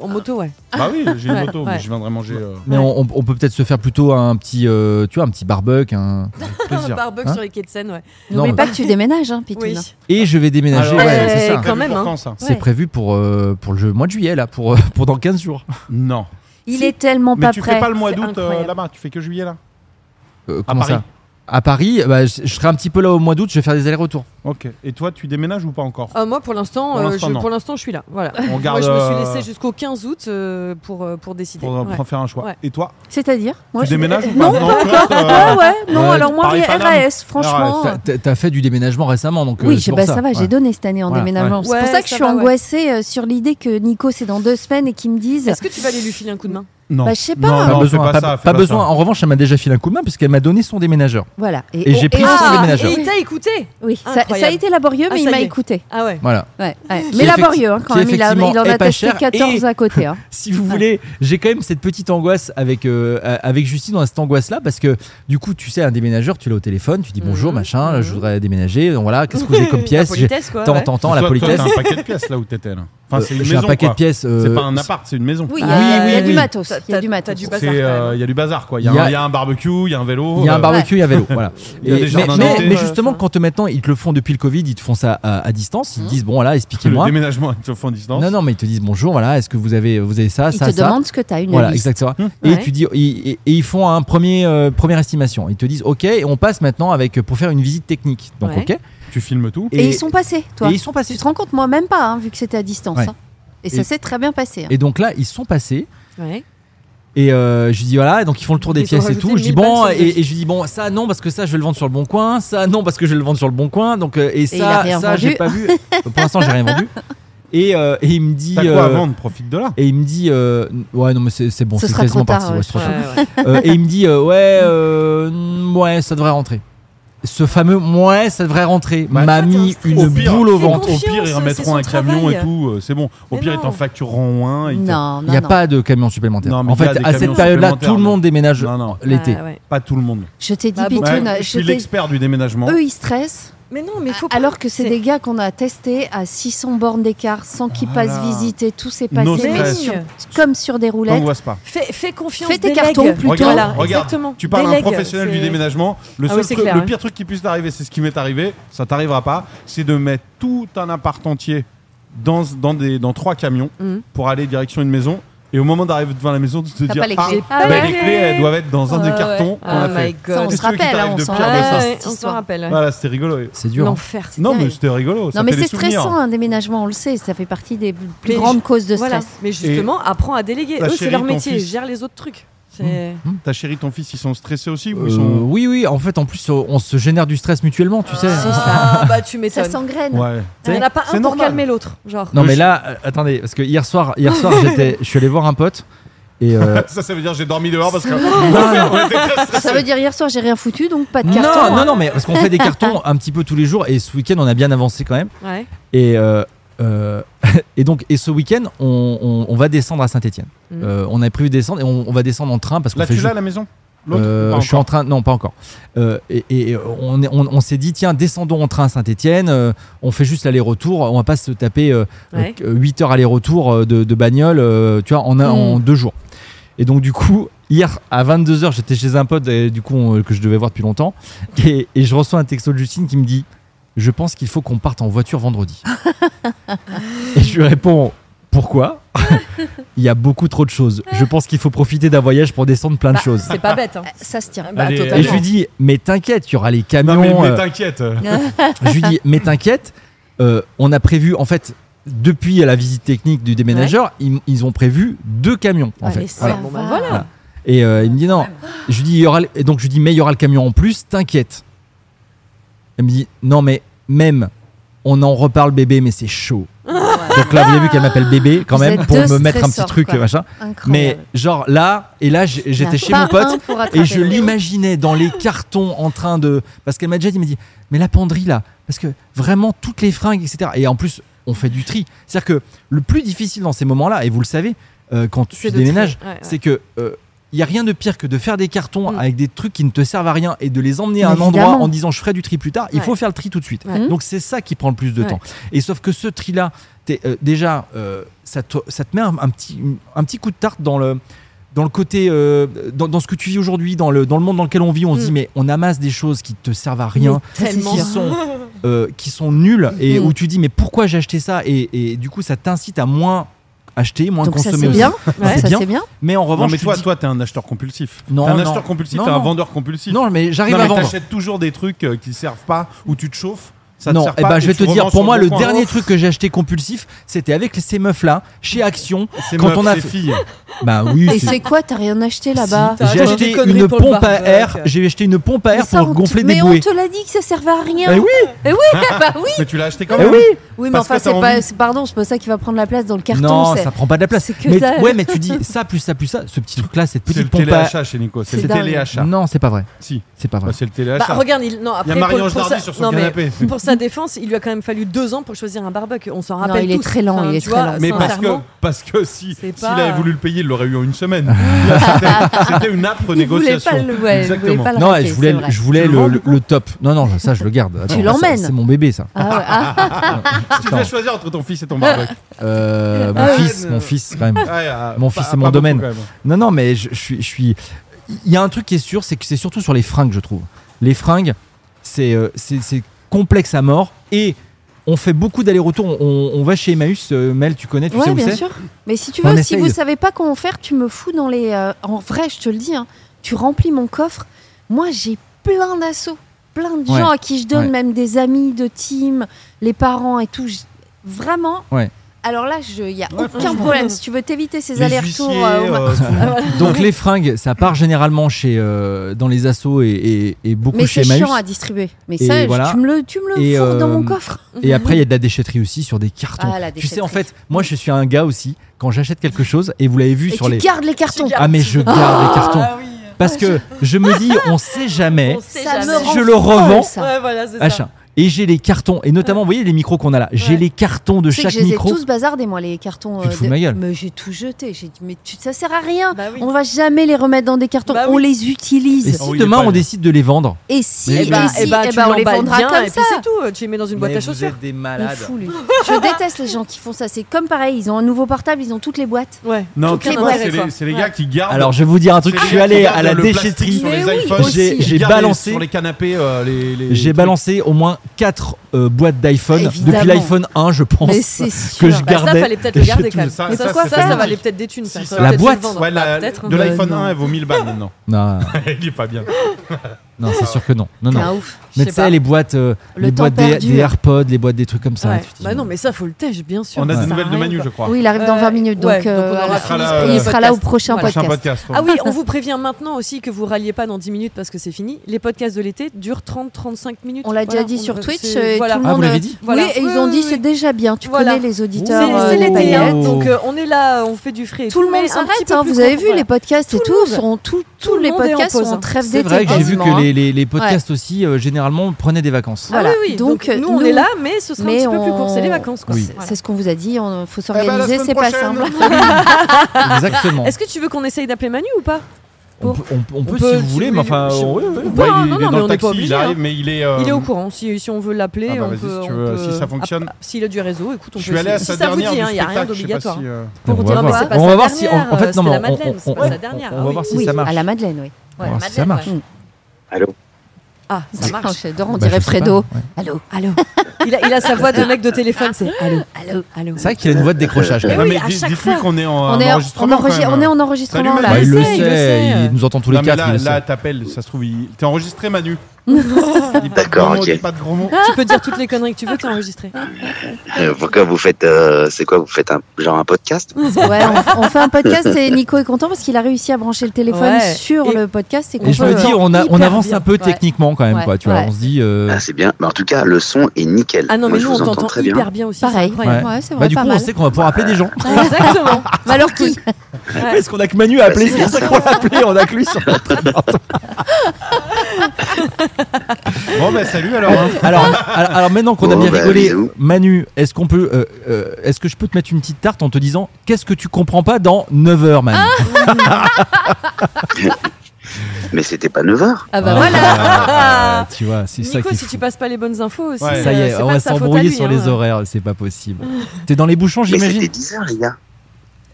B: en moto, ouais.
C: Bah oui, j'ai une moto, mais
B: Ouais.
C: je viendrai manger. euh,
B: [LAUGHS]
A: Mais
B: Ouais.
A: on, on peut peut-être se faire plutôt un petit, euh, tu vois, un petit barbecue. un-
B: Un
C: Plaisir.
B: barbecue
A: Hein
B: sur les quais de Seine, ouais.
A: Non,
D: N'oublie pas que tu déménages, hein,
B: Oui.
D: Pitoune.
A: Et je vais déménager.
C: Alors,
A: ouais,
B: euh,
A: c'est ça.
B: quand même, hein.
C: Quand, ça
A: C'est prévu pour, euh, pour le mois de juillet, là, pour, euh, pour dans 15 jours.
C: Non.
D: Il est tellement
C: Mais
D: pas
C: tu
D: prêt.
C: fais pas le mois
B: C'est
C: d'août euh,
B: incroyable.
C: là-bas, tu fais que juillet là
A: Euh,
C: À
A: comment
C: Paris.
A: ça À Paris, bah, je, je serai un petit peu là au mois d'août, je vais faire des allers-retours.
C: Ok. Et toi, tu déménages ou pas encore
B: Ah, moi, pour l'instant,
C: Pour
B: euh,
C: l'instant,
B: je-
C: non.
B: pour l'instant, je suis là. Voilà.
C: On garde.
B: moi, je me
C: euh,
B: suis laissé jusqu'au 15 août euh, pour, euh, pour décider.
C: pour,
B: Ouais.
C: pour faire un choix.
B: Ouais.
C: Et toi
D: C'est-à-dire Moi,
C: Tu
D: je-
C: déménages ou
D: Non,
C: pas Non, tu restes, euh,
D: Ah ouais, non,
A: Ouais,
D: alors moi,
C: Paris, Paname.
D: RAS, franchement.
C: RAS.
A: T'as- T'as t'as fait du déménagement récemment, donc. euh,
D: Oui,
A: c'est
D: je sais
A: pour
D: pas, ça, va,
A: Ouais.
D: j'ai donné cette année en
A: Voilà,
D: déménagement. C'est
B: ouais.
D: pour
B: Ouais,
D: ça que je
B: ça
D: suis
B: va, ouais.
D: angoissée euh, sur l'idée que Nico, c'est dans deux semaines et qu'ils me disent
B: Est-ce que tu vas aller lui filer un coup de main
C: Non.
D: Bah, je sais
C: Non,
D: pas.
A: Pas
C: non,
A: besoin.
C: fais
A: pas-
C: ça, fais
A: pas
C: pas
A: besoin.
C: ça.
A: En revanche, elle m'a déjà filé un coup de main puisqu'elle m'a donné son déménageur.
D: Voilà.
A: Et j'ai pris
D: on-
A: son
D: ah,
A: déménageur.
B: Et il t'a écouté
D: Oui, ça,
B: Incroyable.
D: ça a été laborieux,
B: Ah,
D: mais
B: ça
D: il m'a
B: y est.
D: écouté.
C: [LAUGHS]
B: Ah ouais.
A: Voilà.
D: Ouais, ouais.
A: Qui
D: Mais
A: effecti-
D: laborieux, hein, quand
A: qui
D: même. Il, a- il en
A: effectivement est
D: a
A: pas
D: testé
A: cher et-
D: 14 à côté. hein.
A: Si vous voulez, j'ai quand même cette petite angoisse avec, euh, euh, avec Justine, on a cette angoisse-là, parce que du coup, tu sais, un déménageur, tu l'as au téléphone, tu dis bonjour,
B: Mhm,
A: machin,
B: mhm.
A: je voudrais déménager, donc voilà, qu'est-ce que j'ai comme
B: [LAUGHS] La
A: pièce J'ai-
B: politesse, quoi.
A: T'entends,
B: ouais.
A: t'entends, la
C: Toi- toi,
A: politesse.
C: T'as un paquet de pièces là où t'étais là. Enfin, c'est une
A: Euh, j'ai
C: maison.
A: un paquet
C: quoi.
A: de pièces. euh,
C: C'est pas un appart, c'est une maison.
D: Oui, il y
A: Ah,
D: a-
A: oui,
D: il y a
A: oui,
D: du
A: oui.
D: matos. Il y
B: T'as-
D: a du
B: t'as du
D: matos.
B: bazar.
C: C'est, euh, Il y a du bazar quoi. Il y, a
A: Il y a-
C: un- il y a un barbecue, il y a un vélo.
A: Il y a un
C: euh,
A: barbecue, il y a un vélo, voilà.
C: [LAUGHS] Il y a
A: Et-
C: des
A: mais,
C: jardins
A: mais-
C: d'été.
A: mais
B: Ouais,
A: justement,
B: ça.
A: quand euh, maintenant ils te le font depuis le Covid, ils te font ça à, à distance.
B: Mhm.
A: Ils te disent bon voilà,
C: le
A: expliquez-moi.
C: déménagement, ils te font distance.
A: Non non, mais ils te disent bonjour, voilà, est-ce que vous avez vous avez ça,
D: Ils
A: ça,
D: te
A: ça.
D: demandent ce que tu as, une
A: Voilà,
D: liste.
A: exactement.
C: Hmm.
D: Mmh.
A: Et
B: Ouais.
A: tu dis, et, et- et ils font un premier euh, première estimation. Ils te disent, ok, et on passe maintenant avec euh, pour faire une visite technique. Donc
B: Ouais.
A: ok.
C: Tu filmes tout.
D: Et, ils sont passés, toi.
A: et ils sont
D: Tu
A: passés.
D: te rends compte, moi, même pas, hein, vu que c'était à distance.
A: Ouais.
D: hein. Et
A: Et-
D: ça s'est très bien passé. hein.
A: Et donc là, ils sont passés.
B: Ouais.
A: Et euh, je lui dis voilà, donc ils font le tour des
B: Ils ont
A: pièces et
B: rajouté
A: tout. Je dis
B: 1000
A: bon,
B: balles
A: et,
B: sur le devis.
A: et je lui dis bon, ça non parce que ça je vais le vendre sur le bon coin, ça non parce que je vais le vendre sur le bon coin, donc euh, et
D: il a
A: ça
D: rien
A: ça j'ai
D: vendu.
A: pas vu. Pour l'instant j'ai rien vendu. Et, euh, et il me dit
C: T'as quoi
A: euh,
C: à vendre Profite de là.
A: et il me dit euh, ouais non mais c'est c'est bon,
D: Ce
A: c'est
D: sera
A: quasiment
D: trop
A: parti.
D: tard, ouais,
A: ouais, c'est trop
B: Ouais,
A: tard.
B: ouais.
A: Euh, et il me dit euh, ouais euh, mm, ouais ça devrait rentrer. Ce fameux ouais ça devrait rentrer
C: Ouais.
A: m'a
B: Toi, t'es un
A: mis
B: stress.
A: une
C: Au pire,
A: boule au
B: Fais
A: ventre.
C: Au
B: Confiance,
C: pire, ils
B: c'est
C: remettront
B: son
C: un camion
B: travail.
C: et tout. euh, C'est bon. Au
B: Mais
C: pire, ils
B: non.
C: t'en factureront un. ils te-
D: Non,
A: Il
D: non,
A: n'y a
D: non.
A: pas de camion supplémentaire.
C: Non, mais
A: en
C: il y a
A: fait,
C: des
A: à cette
C: camions
A: période-là,
C: supplémentaires,
A: tout le
C: mais-
A: monde déménage
C: Non, non,
A: l'été.
B: Ah ouais.
C: pas tout le monde.
D: Je t'ai dit,
B: Bah, beaucoup.
D: Pitoune,
C: Ouais, je
D: je
C: suis
D: t'ai-
C: l'expert du déménagement.
D: eux, ils stressent.
B: Mais non, mais faut pas-
D: Alors que c'est des gars qu'on a testés à 600 bornes d'écart, sans qu'ils
C: Voilà.
D: passent visite et tout s'est
C: No
D: passé, mais
B: Mais
C: stress.
D: sur-
B: oui.
D: comme sur des roulettes.
C: T'angoisse pas.
B: Fais, fais confiance.
D: Fais tes
B: délègue.
D: cartons plutôt.
B: Voilà,
C: Regarde, regarde.
B: exactement.
C: Tu parles à un
B: Délègue,
C: professionnel du
B: c'est-
C: déménagement. Le,
B: Ah
C: seul
B: oui, c'est
C: truc-
B: clair,
C: le
B: hein.
C: pire truc qui puisse t'arriver, c'est ce qui m'est arrivé. Ça t'arrivera pas. C'est de mettre tout un appart entier dans, dans, des, dans trois camions
B: Mhm.
C: pour aller direction une maison. Et au moment d'arriver devant la maison, de te
D: T'as
C: dire
D: pas les
C: ah,
D: clés.
C: bah,
D: Ah ouais.
C: les clés, elles doivent être dans un
D: Ouais,
C: des
D: ouais.
C: cartons qu'on
B: Oh
C: a fait.
B: my
D: Ça, on
B: god. Ah,
D: se
C: C'est ceux qui
D: rappelle,
C: t'arrivent
D: hein, on
C: de
D: s'en
C: pire
D: rappelle.
C: de ça.
B: Ouais,
D: cette
B: on s'en
D: histoire.
B: rappelle. ouais.
C: Voilà, c'était rigolo.
A: C'est dur. hein.
B: L'enfer. c'est
C: Non, mais
B: terrible.
C: c'était rigolo. ça
D: Non, mais
C: fait des
D: c'est
C: souvenirs.
D: stressant un déménagement, on le sait, ça fait partie des plus
B: Mais
D: grandes
B: je-
D: causes de
B: Voilà.
D: stress.
B: Mais justement, apprends à déléguer.
C: La
B: Eux, c'est
C: chérie, Hmm.
B: leur
C: ton
B: métier.
C: fils.
B: Ils gèrent les autres trucs. C'est-
C: Ta chérie, ton fils, ils sont stressés aussi ou
A: Euh,
C: ils sont...
A: Oui, oui, en fait, en plus, on on se génère du stress mutuellement, tu
C: Ah.
A: sais.
B: Ah, C'est ça. Bah, tu
D: Ça
B: m'étonnes.
D: s'engraine.
C: Ouais.
B: Ah, Il n'y en a pas
C: C'est
B: un pour
C: normal.
B: calmer l'autre. Genre.
A: Non, mais là, euh, attendez, parce que hier soir, hier
B: [LAUGHS]
A: soir j'étais, je suis allé voir un pote et. euh,
C: Ça, ça veut dire j'ai dormi dehors parce que.
A: non, non,
D: Ça veut dire hier soir j'ai rien foutu, donc pas de
A: non,
D: carton.
B: hein.
A: non, non, mais parce qu'on fait des cartons un petit peu tous les jours et ce week-end, on a bien avancé quand même.
B: Ouais.
A: Et, euh, euh, [LAUGHS] et donc, et ce week-end, on, on- on va descendre à Saint-Etienne.
B: Mhm.
A: on avait prévu de descendre et on, on va descendre en train parce qu'on
C: Là,
A: fait
C: tu
A: ju-
C: l'as à la maison L'autre
A: Euh,
C: Pas
A: je suis
C: encore.
A: en train, non pas encore. Euh, et et on, est- on, on s'est dit tiens descendons en train à Saint-Étienne, euh, on fait juste l'aller-retour, on va pas se taper euh,
B: Ouais.
A: euh, 8 heures aller-retour euh, de, de bagnole, euh, tu vois, en, un-
D: Mm.
A: en deux jours. Et donc du coup hier à 22 h j'étais chez un pote et, du coup on- euh, que je devais voir depuis longtemps et, et je reçois un texto de Justine qui me dit je pense qu'il faut qu'on parte en voiture
B: [LAUGHS]
A: vendredi. et je lui réponds pourquoi
B: [LAUGHS]
A: Il y a beaucoup trop de choses. Je pense qu'il faut profiter d'un voyage pour descendre plein de
B: Bah,
A: choses.
B: C'est pas bête. hein.
D: Ça se tient.
B: Bah,
C: Allez,
A: Et
B: totalement.
A: je lui dis, mais t'inquiète, il y aura les camions.
C: Non, mais, mais
A: euh,
C: t'inquiète.
A: je lui
D: [LAUGHS]
A: dis, mais t'inquiète, euh, on a prévu, en fait, depuis la visite technique du déménageur, ils, ils ont prévu deux camions, en
B: Ouais,
A: fait.
B: mais ça
A: Voilà.
B: va.
D: Voilà.
B: Voilà.
A: Et euh, il me dit non. Je lui dis, il y aura le- et donc je lui dis, mais il y aura le camion en plus, t'inquiète. Elle me dit, non, mais même, on en reparle bébé, mais c'est
D: [LAUGHS]
A: chaud. Donc là, vous avez vu qu'elle m'appelle bébé quand
D: Vous
A: même
D: êtes
A: pour
D: deux
A: me mettre un petit
D: stressors,
A: truc,
D: quoi.
A: machin. Mais
D: Incroyable.
A: genre là, et là, j- j'étais chez
D: Pas
A: mon pote.
D: un pour attraper
A: Et je
D: le vélo.
A: l'imaginais dans les cartons en train de. Parce qu'elle m'a déjà dit, elle m'a dit, mais la penderie là, parce que vraiment toutes les fringues, etc. Et en plus, on fait du tri. C'est-à-dire que le plus difficile dans ces moments-là, et vous le savez, euh, quand tu
B: C'est de
A: déménages,
B: trier. Ouais, ouais.
A: c'est que. euh, il n'y a rien de pire que de faire des cartons
B: Mm.
A: avec des trucs qui ne te servent à rien et de les emmener à
D: Mais
A: un endroit
D: évidemment.
A: en disant je ferai du tri plus tard. Il
B: Ouais.
A: faut faire le tri tout de suite.
B: Ouais.
A: Donc c'est ça qui prend le plus de
B: Ouais.
A: temps. Et sauf que ce tri-là, t'es, euh, déjà, euh, ça, te, ça te met un, un petit, un petit coup de tarte dans le, dans le côté, euh, dans, dans ce que tu vis aujourd'hui, dans le, dans le monde dans lequel on vit. On se
B: Mm.
A: dit mais on amasse des choses qui te servent à rien,
D: Ça, c'est
B: Tellement.
A: qui
D: sûr.
A: sont, euh, qui sont nulles et
D: Mm.
A: où tu dis mais pourquoi j'ai acheté ça et, et du coup ça t'incite à moins acheter, moins
D: Donc ça
A: consommer.
D: c'est
A: aussi. [LAUGHS]
D: bien,
B: Ouais.
A: c'est
D: ça
A: bien.
D: c'est bien.
A: Mais en
C: Non,
A: revanche,
C: mais
A: tu
C: toi,
A: te dis-
C: toi, t'es un acheteur compulsif.
A: Non,
C: t'es un
A: non.
C: acheteur compulsif,
A: Non,
C: t'es un
A: non.
C: vendeur compulsif.
A: non mais j'arrive
C: Non,
A: à
C: mais
A: vendre.
C: t'achètes toujours des trucs euh, qui servent pas, ou tu te chauffes. Ça te
A: non,
C: sert
A: eh
C: pas,
A: ben,
C: et
A: je vais
C: tu
A: te dire, pour
C: revends sur
A: moi, le
C: Bon Coin.
A: dernier truc que j'ai acheté compulsif, c'était avec ces meufs-là, chez Action.
C: C'est
A: Quand
C: meuf,
A: on a
C: c'est
A: fait-
C: fille.
A: Bah oui,
D: Et
A: c'est-
D: c'est quoi T'as rien acheté
A: Si,
D: là-bas
B: T'as
A: J'ai
B: raconté
A: acheté
B: des conneries
A: une
B: pour le
A: pompe à
B: barbecue.
A: air. J'ai acheté une pompe à
D: Mais
A: air
D: ça,
A: pour
D: on te-
A: gonfler mes
D: Mais on
A: bouées.
D: te l'a dit que ça servait à rien.
A: Eh oui,
D: Eh oui, bah oui.
C: Mais tu l'as acheté quand
A: eh
C: même.
A: oui.
D: Oui, mais
C: Parce
D: enfin,
C: que t'as
D: c'est pas,
C: envie.
D: c'est- pardon, c'est pas ça qui va prendre la place dans le carton.
A: non,
D: c'est-
A: ça prend pas de la place.
D: c'est que
A: Mais,
D: dalle.
A: ouais, mais tu dis ça plus ça plus ça, ce petit truc là, cette
C: C'est
A: petite
C: le
A: pompe à
C: téléachat chez Nico. C'est
D: C'est
C: le
D: dingue.
C: téléachat.
A: Non, c'est pas vrai.
C: Si,
A: C'est pas
C: bah,
A: vrai.
C: c'est le
B: Bah,
C: téléachat.
B: regarde, il... non, après,
C: Il y a Marie-Ange
B: pour, pour
C: Dardy
B: sa-
C: sur
B: non,
C: son
B: mais
C: canapé.
B: [LAUGHS] pour sa défense, il lui a quand même fallu deux ans pour choisir un barbecue. On s'en rappelle
D: il est
B: tous.
D: très lent, il est
B: tu
D: très
B: vois,
D: lent.
C: Mais parce que,
B: sincèrement,
C: parce que si,
B: C'est
C: s'il
B: pas-
C: avait voulu le payer, il l'aurait eu en une semaine. Là, c'était- C'était une âpre
D: Il voulait
C: négociation.
D: pas le, ouais, il voulait
C: Exactement.
D: pas le
A: Non,
D: rater,
A: je voulais,
D: c'est vrai.
A: je voulais
C: Tu le
A: le,
C: vends,
A: le-
C: du coup
A: le top. Non, non, je- ça je le garde. Attends, ça,
D: l'emmènes
A: C'est mon bébé ça.
D: Ah ouais, ah,
C: Tu fais choisir entre ton fils et ton barbecue.
A: Euh, mon
C: Ah,
A: fils,
C: ouais,
A: mon
C: non.
A: fils quand même.
C: Ouais, euh,
A: Mon
C: pas-
A: fils et
C: pas
A: mon
C: beaucoup,
A: domaine.
C: quand même.
A: Non, non, mais je, je suis, je suis. Il y a un truc qui est sûr, c'est que c'est surtout sur les fringues, je trouve. Les fringues, c'est euh, c'est c'est complexe à mort et on fait beaucoup d'allers-retours. On, on va chez Emmaüs, euh, Mel, tu connais, tu sais
D: ouais,
A: où
D: bien
A: c'est.
D: sûr. Mais si tu
A: On
D: veux, si
A: essaye.
D: vous savez pas comment faire, tu me fous dans les. euh, en vrai, je te le dis, hein, tu remplis mon coffre. Moi, j'ai plein d'assauts, plein de
A: Ouais.
D: gens à qui je donne,
A: Ouais.
D: même des amis de team, les parents et tout. Je- Vraiment.
A: Ouais.
D: Alors là, il n'y a
C: Ouais,
D: aucun problème. Si tu veux t'éviter ces
C: Les
D: allers-retours.
C: huissiers,
D: euh, au ma-
C: euh, tout le monde.
A: Donc les fringues, ça part généralement chez euh, dans les assos et, et- et beaucoup
D: mais
A: chez
D: c'est
A: Emmaüs.
D: chiant à distribuer. Mais
A: Et
D: ça, je-
A: voilà.
D: tu me le, tu me le
A: Et,
D: fourres dans
A: euh,
D: mon coffre.
A: Et après, il y a de la déchetterie aussi sur des cartons.
D: Mhm. Ah, la
A: tu sais, en
D: déchetterie.
A: fait, moi, je suis un gars aussi. Quand j'achète quelque chose, et vous l'avez vu
D: Et
A: sur
D: tu
A: les.
D: gardes les cartons.
A: Ah, mais je garde les cartons.
B: Ah oui.
A: Parce que je me dis, on sait jamais.
B: On sait
D: Ça
B: jamais.
D: me rend
A: Je le revends.
D: folle, ça.
B: Ouais, voilà, c'est ça.
A: Machin. Et j'ai les cartons. Et notamment, vous voyez les micros qu'on a là. J'ai
B: Ouais.
A: les cartons de
D: Tu sais que
A: chaque
D: je les ai
A: micro.
D: tous bazardés, moi, les cartons.
A: Tu te
D: euh,
A: fous de ma gueule.
D: Mais j'ai tout jeté. J'ai dit, mais tu- ça sert à rien.
B: Bah oui.
D: On va jamais les remettre dans des cartons.
B: Bah
D: On
B: oui.
D: les
A: Et
D: utilise.
A: si
C: Oh, il est
A: demain
C: pas
A: on
C: bien.
A: décide de les vendre
D: Et si,
A: Mais
D: et
A: oui.
D: bah,
A: Et ben,
D: eh bah,
B: tu
D: on les
B: l'emballes
D: vendra
B: bien,
D: comme
B: et
D: ça.
B: puis c'est tout. Tu les mets dans une boîte à chaussures.
A: des
D: Il fout, lui. Je déteste les gens qui font ça. C'est comme pareil, ils ont un nouveau portable, ils ont toutes les boîtes.
B: Ouais.
C: Non,
D: Toutes les
C: tu vois,
D: boîtes,
C: c'est
B: quoi.
C: les, c'est les gars qui gardent.
A: Alors je vais vous dire un truc.
C: c'est
A: Je
C: les
A: suis
C: gars qui
A: allé
C: gardent
A: à la
C: le plastique
A: déchetterie.
C: sur
D: Mais
C: les
D: oui,
C: iPhones,
D: aussi.
A: J'ai-
C: qui
A: j'ai
C: gardent les-
A: balancé-
C: sur les canapés euh, les. les-
A: J'ai
C: les-
A: balancé au moins 4 boîtes d'iPhone.
D: Évidemment.
A: Depuis l'iPhone 1, je pense.
D: Mais c'est sûr.
A: que je
B: Bah, ça,
A: Gardez-
B: fallait peut-être le garder
A: J'ai
B: quand même.
C: tout. Ça,
B: Mais
C: ça,
B: ça, ça,
D: c'est
B: ça
D: pratique.
B: valait peut-être des thunes. ça.
C: Si,
B: Ça
C: ça-
B: aurait
A: La
B: peut-être
A: boîte.
B: dû le vendre.
C: Ouais, la-
B: Ah, peut-être.
C: de
D: Bah,
C: l'iPhone
D: non.
C: 1, elle vaut 1000 balles maintenant.
A: [LAUGHS] Non,
C: Il est pas bien.
A: non, c'est sûr que non. Non,
D: C'est
A: non.
D: un ouf.
A: Mais
B: Ah,
A: tu
B: Je sais
A: sais,
B: pas.
A: les boîtes, euh,
D: Le
A: les
D: temps
A: boîtes des,
D: perdu.
A: des AirPods, les boîtes des trucs comme ça.
B: Ouais.
A: tu te dis,
B: Bah non, mais ça, faut le tèche, bien sûr.
C: On a
B: Ça
C: des
B: sert à
C: nouvelles de
B: rien,
C: Manu,
B: quoi.
C: je crois.
D: Oui, il arrive dans
B: Euh,
D: 20 minutes,
B: ouais,
D: donc euh,
B: donc on aura
D: voilà.
C: fini
D: il
C: ce premier
D: sera là au
B: podcast.
D: prochain
B: Voilà.
C: Prochain
D: podcast.
C: podcast.
B: Ah oui, on vous prévient maintenant aussi que vous ralliez pas dans 10 minutes parce que c'est fini. Les podcasts de l'été durent 30-35 minutes.
D: On l'a déjà
B: Voilà,
D: dit sur
B: c'est-
D: Twitch.
B: c'est-
D: euh,
B: voilà.
D: tout le
A: Ah, vous
D: monde,
A: l'avez
D: euh,
A: dit
B: Voilà.
D: Oui, et ils
B: Oui,
D: ont
B: oui,
D: dit
B: oui.
D: c'est déjà bien. Tu
B: Voilà.
D: connais les
B: C'est
D: auditeurs. euh,
B: c'est
D: les
B: l'été, hein.
D: paillettes.
B: donc euh, on est là, on fait du frais. et
D: Tout le monde
B: tout, mais un petit
D: s'arrête,
B: peu
D: hein,
B: plus
D: vous avez
B: content,
D: vu,
B: voilà.
D: les podcasts et
B: Tout
D: tout,
B: le monde.
D: sont tout,
B: Tout
D: tous
B: le
D: les
B: monde est en
D: podcasts
B: pause,
D: sont en
B: hein.
D: trêve
A: C'est
D: d'été.
A: vrai que j'ai vu
D: quasiment,
A: que
D: hein.
A: les, les, les podcasts aussi, euh, généralement, prenaient des
B: [LAUGHS]
A: vacances.
D: Voilà.
B: Ah oui, oui,
D: Donc, euh,
B: Donc, nous, on
D: nous-
B: est là, mais ce sera
D: mais
B: un petit peu plus
D: on-
B: court. C'est les vacances, quoi.
A: Oui.
D: C'est-
B: Voilà.
D: C'est ce qu'on vous a dit, on faut
C: Eh ben, la
D: s'organiser,
C: semaine
D: c'est pas
C: prochaine.
D: simple.
A: Exactement.
B: Est-ce que tu veux qu'on essaye d'appeler Manu ou pas
A: On peut, on peut- on
B: On
A: peut,
B: peut,
A: si vous
B: si
A: voulez,
B: vous
A: mais
B: voulez,
A: enfin, ouais,
B: je-
A: ouais.
B: Non,
C: Ouais,
B: non,
C: il est
B: non,
C: dans
B: mais
C: le
B: on n'est
C: taxi,
B: pas obligé.
C: Il
B: hein.
C: arrive, mais il est. euh,
B: Il est au courant. Si, si on veut l'appeler,
C: Ah bah
B: on
C: vas-y,
B: peut.
C: si tu
B: on
C: veux,
B: peut-
C: si ça fonctionne.
B: Ah, S'il a du réseau, écoute, on
C: Je
B: peut.
C: suis allé à
B: essayer.
C: sa
B: Si ça vous
C: dernière
B: dit,
C: du
B: hein, il n'y a rien
C: spectacle, je sais pas
B: d'obligatoire.
C: si, euh,
A: On
B: Pour
A: va
B: dire, mais
A: voir.
B: c'est pas
A: On va
B: sa
A: voir si-
B: dernière,
A: en- en fait,
B: euh,
A: non, mais
B: c'était la
A: on-
B: Madeleine,
A: on-
B: c'est
A: on-
B: pas sa dernière.
A: on
B: Ah
A: va
B: oui.
A: voir si
D: Oui,
A: ça marche.
D: à la Madeleine, oui.
A: On va voir si ça marche.
D: ouais.
E: Allô
C: euh,
B: Ah,
D: [LAUGHS]
B: ça marche.
D: J'adore, on
A: Bah,
D: dirait
A: je sais pas,
D: Fredo.
A: ouais.
D: Allô,
B: Allô. Il a, il a sa voix de mec de téléphone, c'est allô,
D: allô.
B: allô.
A: C'est vrai qu'il a une voix de décrochage. quand
B: Mais
A: même.
C: Non,
B: oui,
C: mais
B: à
C: dis-
B: chaque
C: dis-lui
B: fois.
C: qu'on est en
D: On est,
C: en
D: en, on, enregistrement,
C: enregistrement. quand
D: on est
C: même.
D: en enregistrement
C: Salut,
D: là.
A: Bah, il
B: le
A: le
B: sait, il le
A: sait,
B: sait.
A: il nous entend tous les
C: Non, mais
A: quatre. il
C: là,
A: le
C: là
A: sait.
C: t'appelles, ça se trouve, il- t'es enregistré Manu. Dis pas de
E: D'accord,
C: gros mots,
E: ok.
C: dis Pas de gros mots.
B: Tu peux dire toutes les conneries que tu veux, t'es enregistré.
E: Euh, Pourquoi vous faites, euh, c'est quoi, vous faites un, genre un podcast
D: Ouais, on, on fait un podcast et Nico est content parce qu'il a réussi à brancher le téléphone
B: Ouais.
D: sur
B: Et-
D: le podcast. qu'on
A: Et je
D: peut
A: me
D: le
A: dis,
D: voir
A: on, a- on
D: hyper
A: avance
D: bien.
A: un peu
D: Ouais.
A: techniquement quand même,
D: Ouais.
A: quoi. Tu vois,
D: Ouais.
A: on se dit. euh,
E: Ah, C'est bien. Mais en tout cas, le son est nickel.
B: Ah non,
E: Moi,
B: mais
E: je
B: nous,
E: vous
B: on
E: entends
B: t'entend
E: très
B: hyper
E: bien.
B: bien, aussi.
D: Pareil.
B: c'est incroyable.
D: Ouais, c'est vrai,
A: Bah, du
D: pas
A: coup, on
D: mal.
A: sait qu'on va pouvoir appeler des gens.
E: [LAUGHS]
B: Exactement.
D: Mais alors qui
B: Ouais.
A: Est-ce qu'on a que Manu à
E: Bah,
A: appeler
E: c'est
A: C'est pour
E: bien
A: ça qu'on l'a appelé, on a que lui sur notre
C: Bon, ben salut alors. hein.
A: alors, alors, alors maintenant qu'on a
E: Bon,
A: bien
E: bah,
A: rigolé,
E: bisous.
A: Manu, est-ce qu'on peut, euh, euh, est-ce que je peux te mettre une petite tarte en te disant qu'est-ce que tu comprends pas dans 9 heures, Manu
E: Mais c'était pas 9 heures.
B: Ah bah
A: Ouais,
B: voilà.
A: ouais, Euh, tu vois, [LAUGHS] c'est ça
B: Ah, Nico,
A: qui.
B: si tu passes pas les bonnes infos aussi,
C: Ouais.
A: ça y
B: euh,
A: est,
B: c'est
A: on
B: pas
A: va
B: de sa faute à
A: s'embrouiller
B: lui,
A: sur
B: hein.
A: les horaires, c'est pas possible. T'es dans les bouchons,
E: Mais
A: j'imagine.
E: c'était 10 heures, les gars.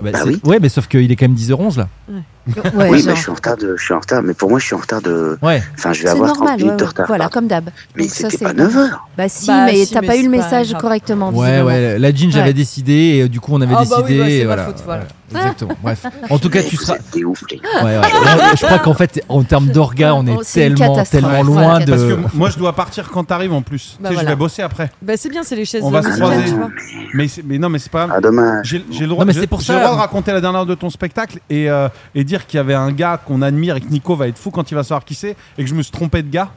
A: Bah,
E: Bah
A: c'est-
E: oui.
A: Ouais, mais sauf qu'il est quand même 10h11 là.
D: Ouais,
E: oui, mais
D: genre.
E: je suis en retard. De, je suis en retard. Mais pour moi, je suis en retard de.
A: Ouais.
E: Enfin, je vais
D: C'est
E: avoir 30
D: normal,
E: minutes
D: ouais,
E: de
D: ouais.
E: retard.
D: voilà,
E: par-
D: comme d'hab.
E: mais
D: donc ça,
E: c'était
D: c'est-
E: pas 9 heures.
D: Bah si,
B: Bah,
D: mais
B: si,
D: t'as
B: mais
D: pas eu
B: c'est
D: le
B: pas
D: message
B: grave.
D: correctement.
A: Ouais,
D: visiblement.
A: ouais, la jean, j'avais
D: Ouais.
A: décidé et euh, du coup on avait
B: Ah bah
A: décidé.
B: oui, bah, c'est
A: et
B: ma
A: voilà,
B: faute, voilà. [LAUGHS]
A: Exactement. Bref. En tout cas,
E: Mais
A: tu
E: vous [LAUGHS]
A: seras. Ah,
E: êtes des ouf, les gars.
A: Ouais, ouais. Je crois qu'en fait, en termes d'orgas, on est
D: Oh, c'est une
A: tellement,
D: catastrophe.
A: tellement
D: Ouais,
A: loin
D: c'est
A: [LAUGHS] de.
D: la
C: Parce que m- moi, je dois partir quand t'arrives en plus. tu
B: Bah
C: sais,
B: voilà.
C: je vais bosser après.
B: Bah, c'est bien, c'est les chaises
C: On
B: de
C: va se
B: musicales,
C: croiser.
B: tu vois.
C: Mais, c'est- mais non, mais c'est pas grave.
E: Ah, dommage.
C: J'ai j'ai le droit,
A: mais
C: j'ai-
A: c'est pour
C: j'ai
A: ça.
C: le droit de raconter la dernière de ton spectacle et, euh, et dire qu'il y avait un gars qu'on admire et que Nico va être fou quand il va savoir qui c'est et que je me suis trompé de
B: [LAUGHS]
C: gars.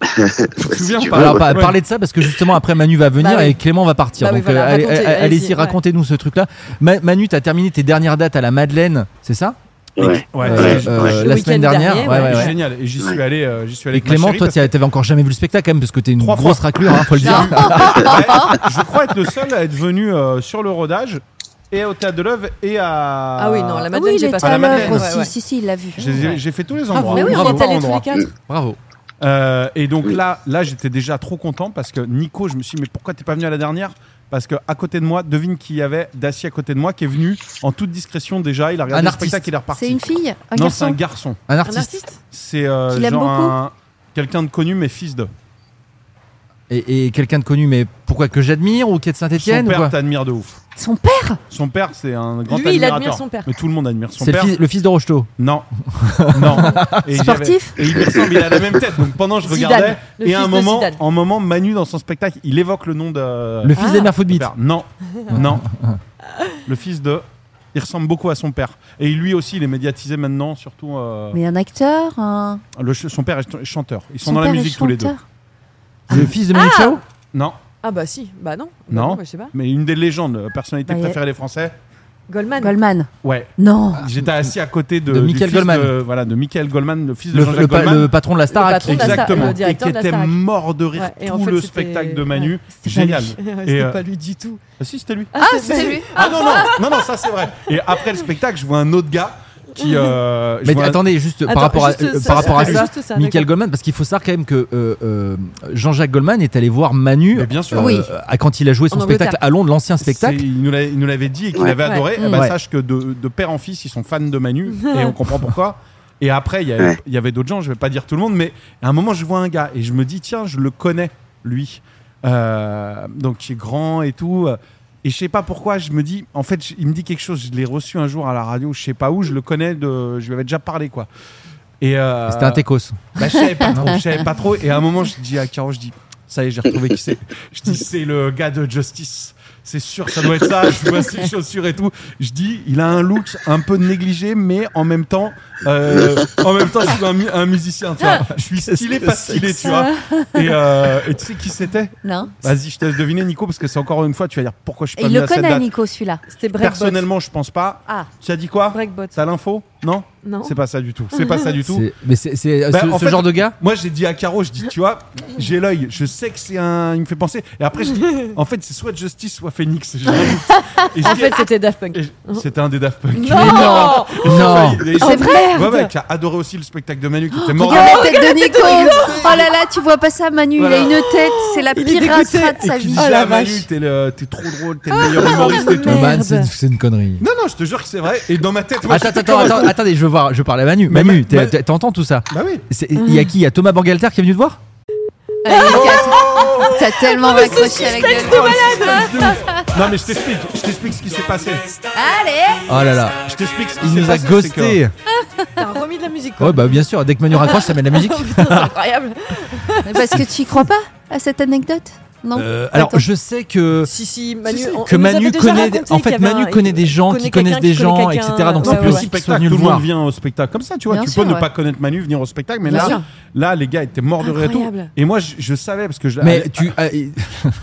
E: Si
C: souviens
E: tu
C: pas,
E: veux,
A: Alors,
E: ouais.
A: par-
C: Ouais.
A: parler de ça parce que justement après Manu va venir
B: Bah oui.
A: et Clément va partir.
B: Bah oui,
A: Donc
B: voilà,
A: euh, allez-
B: racontez,
A: allez-
B: allez-y,
A: allez-y,
B: ouais.
A: racontez-nous ce truc-là. Ma- Manu, t'as terminé tes dernières dates à la Madeleine, c'est ça
E: Ouais.
C: Ouais,
A: Euh,
E: ouais.
A: euh,
B: Le
A: La
B: week-end
A: semaine dernière.
B: dernier,
A: ouais,
B: ouais.
A: ouais, ouais.
C: Génial. Et j'y suis
E: Ouais.
C: allé, euh, j'y suis allé.
A: Et
C: avec ma
A: Clément,
C: chérie
A: toi,
C: parce
A: t'y- t'avais encore jamais vu le spectacle quand même parce que t'es une
C: Trois fois.
A: grosse raclure, hein, faut le dire.
C: [LAUGHS] Ouais, je crois être le seul à être venu euh, sur le rodage et au théâtre de l'œuvre et à.
B: Ah oui, non, la
D: Ah
B: Madeleine,
D: oui, il
B: j'ai
D: était
B: pas
C: Ah,
D: à
C: la
D: l'œuvre
C: Madeleine,
D: aussi.
B: Ouais, ouais.
D: Si, si, il l'a vu.
C: J'ai j'ai fait tous
B: Ah,
C: les endroits.
A: mais oui, on
C: Bravo.
B: est allés tous les
C: Endroits.
B: quatre.
A: Bravo.
C: Euh, et donc
E: Oui.
C: là, là j'étais déjà trop content parce que Nico, je me suis dit, mais pourquoi t'es pas venu à la dernière Parce que à côté de moi, devine qui y avait Dacier à côté de moi qui est venu en toute discrétion déjà. Il a regardé
A: Un
C: le
A: artiste.
C: spectacle, il est reparti.
D: C'est une fille Un
C: non, c'est un
D: garçon
C: garçon.
A: Un
B: Un
A: artiste.
B: artiste
C: C'est euh,
D: Tu l'aimes
C: genre
D: beaucoup
C: un- quelqu'un de connu, mais fils de.
B: Ah,
A: Et, et quelqu'un de connu, mais pourquoi que j'admire ou qui est de
C: Son
A: Saint-Etienne ou
C: père
A: quoi
C: t'admire de ouf.
D: Son père
C: Son père, c'est un grand
B: Lui, il
C: admirateur.
B: admire son père.
C: Mais tout le monde admire son
A: C'est le
C: père.
A: fils, le fils de Rocheteau.
D: [LAUGHS]
C: Non, non. Et j'avais-
D: Sportif
C: Et il me semble, il a la même tête. Donc pendant, je
B: Zidane,
C: regardais.
B: le
C: et à
B: fils
C: un
B: de
C: moment,
B: Zidane.
C: en moment, Manu dans son spectacle, il évoque le nom de.
A: Le fils
B: Ah.
A: d'Elmer Footbeat.
C: Père. Non, non. Le fils de. Il ressemble beaucoup à son père. Et lui aussi, il est médiatisé maintenant, surtout. euh,
D: Mais un acteur un...
C: le ch- son père est ch- chanteur. Ils sont
D: Son
C: dans la
D: père est
C: musique tous les deux.
D: chanteur.
A: Le fils de Manu Chao
C: Non,
B: Ah bah si, bah non. Bah
C: Non.
B: bah, je sais pas.
C: mais une des légendes, euh, personnalité
D: Bah, il y a-
C: préférée des Français.
B: Goldman.
D: Goldman.
C: Ouais.
D: Non.
C: J'étais assis à côté de.
A: De
C: du
A: Michael
C: fils
A: Goldman.
C: de- voilà, de Michael Goldman, le fils de
A: le,
C: Jean-Jacques
A: le pa-
C: Goldman.
A: le patron de la Star
B: patron de la Star-
C: Exactement.
B: le
C: et
B: directeur
C: qui
B: de la
C: était
B: Starac.
C: mort de rire
B: Ouais, et
C: tout
B: en fait,
C: le
B: c'était-
C: spectacle de
B: ouais.
C: Manu.
D: C'était pas
C: Génial.
B: [LAUGHS]
D: lui.
C: Et,
B: C'était
C: euh,
B: pas lui du tout.
C: Ah si, c'était lui.
B: Ah, c'est
D: lui
C: Ah non, non, non, non, ça c'est vrai. Et après le spectacle, je vois un autre gars qui. euh, je
A: Mais
C: vois un-
A: attendez, juste
B: Attends,
A: par rapport à,
B: juste
A: euh,
B: ça,
A: par rapport à
B: c'est
A: ça,
B: juste ça,
A: Michael
B: d'accord.
A: Goldman, parce qu'il faut savoir quand même que euh, euh, Jean-Jacques Goldman est allé voir Manu euh,
C: Mais bien sûr.
D: Oui.
A: à- quand il a joué son
B: En
A: spectacle à Londres, l'ancien spectacle.
C: C'est- Il nous l'a- il nous l'avait dit et qu'il
E: Ouais.
C: avait
B: Ouais.
C: adoré. Eh
D: Mm.
C: ben,
A: Ouais.
C: Sache que de, de père en fils, ils sont fans de Manu et on comprend pourquoi. Et après, il y, a-
E: Ouais.
C: il y avait d'autres gens, je vais pas dire tout le monde, mais à un moment, je vois un gars et je me dis, tiens, je le connais, lui. Euh, donc, il est grand et tout. Et je sais pas pourquoi, je me dis, en fait, j- il me dit quelque chose. Je l'ai reçu un jour à la radio, je sais pas où, je le connais, de, je lui avais déjà parlé, quoi. Et euh,
A: C'était un Tecos.
C: Bah, je savais pas trop, je savais pas trop. Et à un moment, je dis à Caro, je dis, ça y est, j'ai retrouvé qui c'est. Je dis, c'est le gars de Justice. C'est sûr, ça doit être ça. Je vois ses chaussures et tout. Je dis, il a un look un peu négligé, mais en même temps, euh, en même temps, je suis un, mu- un musicien, tu vois. Je suis stylé,
A: que
C: pas
A: c'est
C: stylé, tu vois. Et, euh, et tu sais qui c'était
D: Non.
C: Vas-y, je te laisse deviner, Nico, parce que c'est encore une fois, tu vas dire pourquoi je suis
D: Et
C: pas
D: il
C: venu
D: le
C: à cette
D: connaît,
C: date.
D: Nico, celui-là.
B: C'était Breakbot.
C: Personnellement, je pense pas.
D: Ah.
C: Tu as dit quoi
B: Breakbot.
C: T'as l'info Non,
B: Non.
C: c'est pas ça du tout. C'est pas ça du tout.
A: C'est- Mais c'est c'est, euh,
C: Bah,
A: ce,
C: en
A: ce
C: fait-
A: genre de gars
C: Moi, j'ai dit à Caro, je dis, tu vois, j'ai l'œil, je sais que c'est un. Il me fait penser. Et après, je dis, en fait, c'est soit Justice, soit Phoenix. J'ai un doute. Et je
B: En
C: dis-
B: fait, c'était Daft Punk.
C: et je- c'était un des Daft Punk.
B: Non
A: Non
D: C'est vrai
C: Ouais, ouais, qui a adoré aussi le spectacle de Manu, qui était mort.
D: Regarde la tête de Nico Oh là là, tu vois pas ça, Manu
C: Voilà.
D: Il a une tête, c'est la
B: Il est
D: pire
B: dégoûté.
D: racra de
C: Et
D: sa
C: qui
D: vie. Oh
C: disait à Manu, t'es le- t'es trop drôle, t'es le meilleur humoriste et tout.
A: Goldman,
B: Merde.
A: c'est c'est une connerie.
C: Non, non, je te jure que c'est vrai. Et dans ma tête, moi,
A: Attends,
C: j'étais
A: attends,
C: comme un
A: attends,
C: con.
A: attendez, je veux voir, je veux parler à Manu.
C: Mais
A: Manu,
C: ma-
A: t'es-
C: ma-
A: t'es- t'entends tout ça
C: Bah oui.
A: C'est- Il y a qui Il y a Thomas Bangalter qui est venu te voir
D: Allez, Nico, T'as tellement raccroché avec le
C: Non, mais je t'explique, je t'explique ce qui s'est passé.
D: Allez
A: Oh là là,
C: Je t'explique ce qui
A: il
C: s'est
A: nous a
C: passé. c'est que-
A: ghosté.
B: T'as remis de la musique quoi.
A: Ouais, bah bien sûr, dès que Manu raccroche, ça met de la
C: [LAUGHS]
A: musique.
B: Putain, c'est incroyable.
D: Mais Parce que tu y crois pas à cette anecdote Non
A: Euh, alors,
D: Attends.
A: je sais que.
B: Si, si, Manu,
A: que
B: on- il nous
A: Manu
B: avait déjà
A: connaît,
B: raconté
A: en
B: qu'il y
A: fait,
B: avait
A: Manu
B: un-
A: connaît des gens qui
B: connaît
A: connaissent
B: quelqu'un
A: des
B: qui
A: gens,
B: connaît
A: etc.
B: quelqu'un,
A: Donc
B: ouais,
A: c'est plus
B: ouais,
A: aussi
C: Spectacle,
A: qu'ils sont venus
C: tout
A: le
C: le monde
A: voir.
C: vient au spectacle. Comme ça, tu vois,
D: Bien
C: tu
D: sûr,
C: peux ne
D: ouais.
C: pas connaître Manu, venir au spectacle, mais
D: Bien
C: là,
D: sûr.
C: là, les gars étaient morts de rire et tout.
B: Incroyable.
C: Et moi, je, je savais parce que je.
A: Mais
C: Allez,
A: tu.
C: [LAUGHS]
A: ah, et-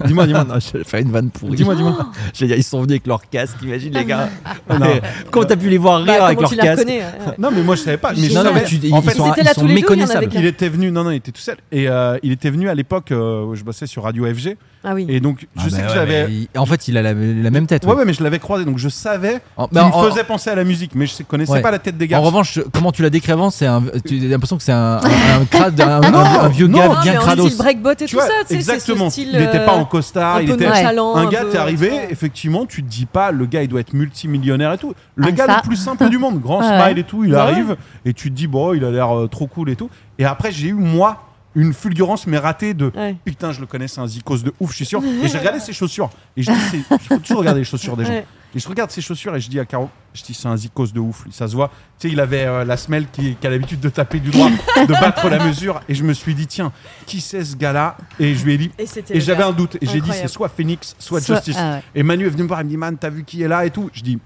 C: Dis-moi,
A: Non,
C: dis-moi.
A: [LAUGHS] non, je vais faire une vanne pourrie. [LAUGHS]
C: Dis-moi, dis-moi.
A: J'allais dire, Ils sont venus avec leur casque, imagine les gars.
C: [LAUGHS] Non.
A: Comment t'as pu les voir
B: Bah,
A: rire avec leur
B: comment tu la
A: casque
B: reconnais hein, ouais.
C: Non, mais moi, je savais pas. Mais je
A: Non, non,
C: savais.
A: tu-
C: en
A: ils
C: fait,
A: sont,
B: Ils étaient là
A: ils sont
B: tous les deux, il y en avait
A: méconnaissables.
B: qu'un.
C: il était venu. Non, non, il était tout seul. Et euh, il était venu à l'époque euh, où je bossais sur Radio FG.
B: Ah oui.
C: Et donc, je
A: Ah
C: sais
A: bah
C: que
A: ouais,
C: j'avais.
A: mais il- En fait, il a la, la même tête.
C: Ouais,
A: ouais.
C: ouais, mais je l'avais croisé, donc je savais.
A: En- mais
C: Il me
A: en-
C: faisait penser à la musique, mais je connaissais
A: Ouais.
C: pas la tête des
A: En
C: gars.
A: revanche, comment tu la décris avant C'est un, tu as l'impression que c'est un, un, un crade, un, un- un vieux
C: Non,
A: gars
B: Ah,
A: bien
B: mais en
A: crados.
B: style breakbot et tout ça, tu sais, c'est ce
C: exactement.
B: style.
C: il n'était
B: euh,
C: pas en costard,
B: un
C: il
B: peu
C: était.
B: nonchalant.
C: Un
B: un
C: gars,
B: peu-
C: t'es arrivé, effectivement, tu te dis pas, le gars, il doit être multimillionnaire et tout. Le
D: Ah,
C: gars
D: ça.
C: le plus simple du monde,
B: [LAUGHS]
C: grand
D: Ouais.
C: smile et tout, il arrive, et tu te dis, bon, il a l'air euh, trop cool et tout. Et après, j'ai eu, moi, une fulgurance, mais ratée de.
B: Ouais.
C: Putain, je le connais, c'est un zikos de ouf, je suis sûr. Et j'ai regardé ses chaussures. Et je dis,
B: [LAUGHS]
C: c'est- il faut toujours regarder les chaussures des gens.
B: Ouais.
C: Et je regarde ses chaussures et je dis à Caro, je dis c'est un zikos de ouf, lui, ça se voit. Tu sais, il avait euh, la semelle qui, qui a l'habitude de taper du droit, de battre la mesure. Et je me suis dit, tiens, qui c'est ce gars-là Et je lui ai dit,
B: Et c'était.
C: et
B: le
C: j'avais
B: gars.
C: un doute. Et j'ai dit,
B: Incroyable.
C: c'est soit Phoenix, soit
D: Soit-
C: Justice.
D: ah ouais.
C: Et Manu est venu me voir, il me dit, man, t'as vu qui est là et tout Je dis,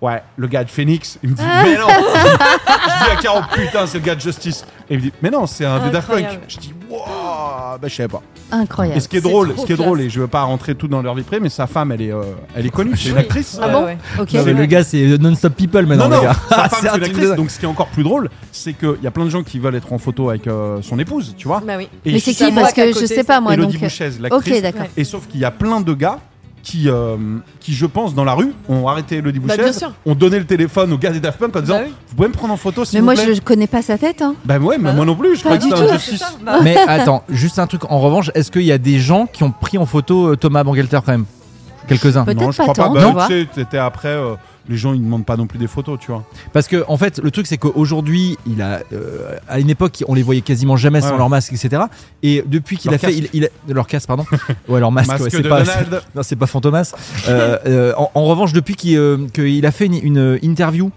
C: ouais, le gars de Phoenix. Il me dit,
B: Ah.
C: mais
B: [LAUGHS]
C: non Je dis à Caro, putain, c'est le gars de Justice. Et il me dit, mais non, c'est un des Daft Punk.
B: Incroyable.
C: Je dis, waouh, bah, je savais pas. Et
D: Incroyable.
C: ce qui est
B: C'est
C: drôle,
B: trop
C: ce qui est
B: classe.
C: drôle, et je veux pas rentrer tout dans leur vie privée, mais sa femme, elle est, euh, elle est connue, c'est une
B: Oui.
C: actrice.
D: Ah bon
B: ouais.
D: Ok.
A: Non, mais le gars, c'est non-stop people maintenant,
C: Non, non,
A: les gars. Ah,
C: sa femme,
A: C'est un
C: c'est une
A: truc
C: actrice.
A: de-
C: Donc, ce qui est encore plus drôle, c'est qu'il y a plein de gens qui veulent être en photo avec euh, son épouse, tu vois.
B: Bah oui.
C: Et
D: Mais c'est
B: Ça
D: qui
B: voit
D: Parce
B: qu'à
D: que je
B: côté,
D: sais pas moi.
C: Elodie
D: Donc... euh,
C: Bouchez, l'actrice.
D: Ok, d'accord.
B: Ouais.
C: Et sauf qu'il y a plein de gars qui, euh, qui, je pense, dans la rue, ont arrêté Elodie
B: Bah,
C: Bouchez,
B: bien sûr.
C: ont donné le téléphone au gars des Daft Punk en disant
B: Bah oui.
C: Vous pouvez me prendre en photo, s'il
D: Mais
C: vous
D: moi,
C: plaît
D: je connais pas sa tête. Hein.
C: Bah, ouais, mais moi non plus, je crois que
D: du
C: c'est
D: tout.
C: un
B: C'est
C: justice.
B: ça, bah,
A: Mais attends, juste un truc en revanche, est-ce qu'il y a des gens qui ont pris en photo euh, Thomas Bangalter quand même Quelques-uns.
D: Peut-être
C: Non, je
D: pas
C: crois pas.
D: tant,
C: Bah,
D: tu
C: tu
D: vois.
C: sais, t'étais après. euh, les gens, ils demandent pas non plus des photos, tu vois.
A: Parce que en fait, le truc c'est qu'aujourd'hui, il a euh, à une époque, on les voyait quasiment jamais sans
C: Ouais.
A: leur masque, etc. Et depuis qu'il
C: Leur
A: a fait, il,
C: casque.
A: il a- leur casque,
C: [LAUGHS]
A: pardon, ouais, leur masque,
C: Masque
A: ouais, c'est
C: de
A: pas, [LAUGHS]
C: Donald.
A: non, c'est pas Fantomas. Euh, euh, en, en revanche, depuis qu'il euh, qu'il a fait une, une interview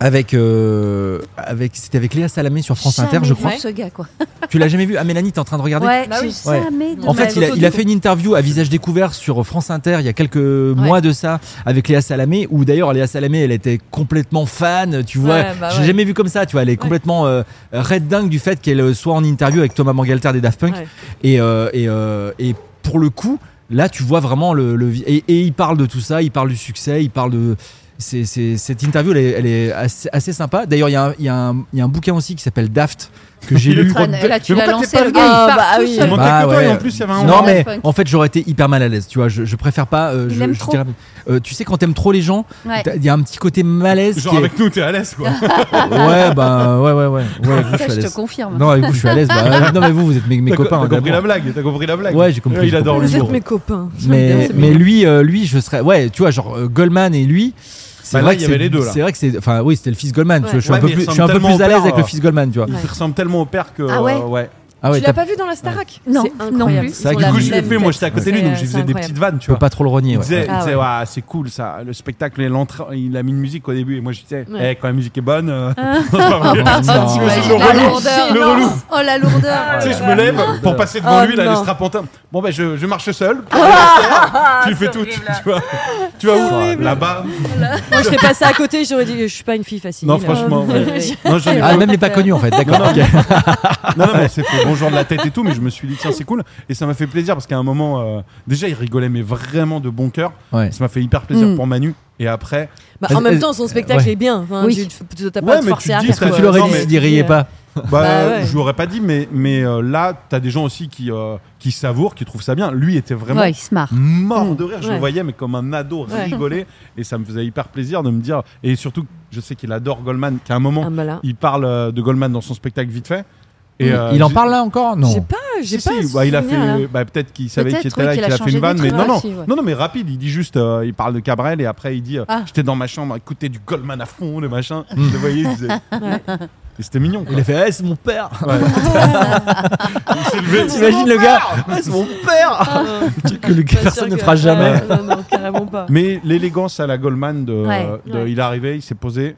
A: avec euh, avec c'était avec Léa Salamé sur France
D: Jamais
A: Inter, je
D: vu
A: crois.
D: Ce gars, quoi.
A: Tu l'as jamais vu Ah, Mélanie, t'es en train de regarder.
D: Ouais.
B: Bah
D: j'ai
B: oui.
D: Jamais. de
A: En
D: ma
A: fait,
D: vie.
A: il a, il a fait une interview à visage découvert sur France Inter il y a quelques mois de ça avec Léa Salamé, où d'ailleurs Léa Salamé, elle était complètement fan, tu vois.
B: Ouais, bah
A: J'ai
B: ouais.
A: jamais vu comme ça, tu vois. Elle est complètement euh, red dingue du fait qu'elle euh, soit en interview avec Thomas Mangalter des Daft Punk.
B: Ouais.
A: Et, euh, et, euh, et pour le coup, là, tu vois vraiment le. le vi- et, et il parle de tout ça, il parle du succès, il parle de. c'est- c'est- cette interview, elle est, elle est assez, assez sympa. D'ailleurs, il y, a un- il y a un- il y a un bouquin aussi qui s'appelle Daft
C: [LAUGHS]
A: que j'ai
C: Il est
A: lu.
C: trop
D: Ah, Là, tu
C: Mais
D: l'as
C: pourquoi t'es
D: lancé,
C: pas
D: le
C: le
D: gars.
B: Ah,
D: il part
B: bah
D: tout
B: oui.
D: seul.
C: Il montait que toi, et en plus, il y avait un
A: Non,
D: Daft
A: mais
D: Punk.
A: en fait, j'aurais été hyper mal à l'aise, tu vois. Je, je préfère pas. euh,
D: Il
A: je,
D: aime
A: je
D: trop.
A: dirais- euh, tu sais, quand t'aimes trop les gens,
D: Ouais.
A: t'as- il y a un petit côté malaise.
C: Genre
A: qui est-
C: avec nous, t'es à l'aise quoi.
A: Ouais, bah ouais, ouais, ouais. ouais avec vous, je
D: Ça,
A: suis à
D: je te
A: l'aise.
D: confirme.
A: Non, avec vous, je suis à l'aise. Bah, euh, non, mais vous, vous êtes [LAUGHS] mes, mes
C: T'as co-
A: copains. hein,
C: T'as compris la
A: d'abord.
C: blague, t'as compris la blague.
A: Ouais, j'ai compris,
C: Ouais, Il
A: j'ai
C: adore
A: compris.
B: Vous
C: l'humour.
B: êtes mes copains.
A: mais,
B: C'est
A: mais
B: mignon.
A: lui, euh, lui, je serais. Ouais, tu vois, genre euh, Goldman et lui. C'est
C: Bah, là,
A: vrai
C: il
A: que
C: y avait
A: c'est-
C: les deux, là.
A: C'est vrai que c'est. Enfin, oui, c'était le fils Goldman. tu vois, je suis
C: Ouais,
A: un peu
C: mais ils
A: plus, je suis un
C: ressemblent
A: peu plus à
C: tellement hein.
A: l'aise
C: au
A: avec le
C: père.
A: fils Goldman, tu vois.
C: Il
B: Ouais.
C: ressemble tellement au père que.
D: Ah ouais.
C: euh, ouais.
A: Ah ouais,
B: tu l'as
A: t'as-
B: pas vu dans la Starac
D: Non,
B: c'est
D: non
B: incroyable.
D: plus.
B: Ils
D: C'est
B: ont
D: vrai
C: Du
B: la
C: coup, je l'ai
B: même
C: fait, moi
B: tête.
C: j'étais à côté de
B: C'est-
C: lui, donc je
B: c'est
C: faisais des
B: incroyable.
C: petites vannes, tu
A: tu peux
C: vois.
A: pas trop le renier.
C: Il
A: ouais.
C: disait, il
D: Ah
C: disait,
D: ouais.
C: Ouah, c'est cool ça, le spectacle, il, l'entra- il a mis une musique au début, et moi je disais,
B: Ouais.
C: Eh, quand la musique est bonne, euh, [LAUGHS] c'est pas
A: Non.
C: vrai. Tu
A: Ouais,
C: vois, Ah, c'est le
D: la
C: relou.
D: lourdeur.
C: Le relou.
D: Oh la lourdeur.
C: Tu sais, je me lève pour passer devant
B: Oh
C: lui, là, le
B: non.
C: strapontin. Bon, ben, je, je marche seul. tu le fais tout, tu tu vois. Tu vois où Là-bas.
B: Moi, je serais passé à côté, j'aurais dit, je suis pas une fille facile.
C: Non, franchement, ouais.
B: [LAUGHS] Ouais.
C: Non, j'en ai
A: Ah,
C: pas-
A: même les pas connus en fait, d'accord.
C: Non, non,
A: ok.
C: Non, non, mais on s'est fait bonjour de la tête et tout, mais je me suis dit, tiens, c'est cool. Et ça m'a fait plaisir parce qu'à un moment, euh, déjà, il rigolait, mais vraiment de bon cœur.
A: Ouais.
C: Et ça m'a fait hyper plaisir
D: Mm.
C: pour Manu. Et après,
B: Bah,
A: Euh,
B: en
A: euh,
B: même temps, son spectacle
A: ouais.
B: est bien. Enfin,
D: Oui.
B: tu- tu- T'as
C: Ouais,
B: pas à te
C: mais tu
B: forcer
C: te
B: à
C: dis,
B: rire,
A: Est-ce que
B: quoi.
A: tu l'aurais
C: Non,
A: dit
C: mais-
A: s'il y riait pas
C: bah,
B: ouais.
C: je l'aurais pas dit, mais, mais euh, là, t'as des gens aussi qui, euh, qui savourent, qui trouvent ça bien. Lui était vraiment
D: Ouais, smart.
A: Mm.
C: mort de rire. Je
B: Ouais.
C: le voyais, mais comme un ado
B: Ouais.
C: rigoler. Et ça me faisait hyper plaisir de me dire. Et surtout, je sais qu'il adore Goldman, qu'à un moment,
B: Ah, bah là.
C: il parle euh, de Goldman dans son spectacle vite fait. Et, euh,
A: Il en
C: j'ai-
A: parle là encore
B: J'ai
A: Non.
B: pas, j'ai
C: Si,
B: pas.
C: si,
B: ce
C: bah, il a fait,
B: souvenir, là.
C: bah, peut-être qu'il savait
D: Peut-être,
C: qu'il était
D: oui,
C: là et
D: qu'il
C: qu'il
D: a
C: a fait
D: changé
C: une
D: des
C: vanne, mais
D: trucs
C: non, non,
D: aussi, ouais.
C: non, non, mais rapide. Il dit juste, euh, il parle de Cabrel et après il dit, euh,
D: Ah.
C: j'étais dans ma chambre, à écouter du Goldman à fond, le machin. [LAUGHS]
A: Mm.
C: Je le voyais, il disait-
B: Ouais.
C: et c'était mignon. quoi.
A: Il a fait, Eh, c'est mon
C: [LAUGHS]
A: père
C: Ouais. il s'est [LAUGHS] levé.
A: T'imagines le gars [LAUGHS] Ouais, C'est mon
D: [LAUGHS]
A: père Que le-
B: Pas sûr
A: personne ne
B: que-
A: fera jamais.
B: Ouais, Non, non, carrément pas.
C: Mais l'élégance à la Goldman de, euh,
D: Ouais.
C: de-
B: Ouais.
C: il est arrivé, il s'est posé.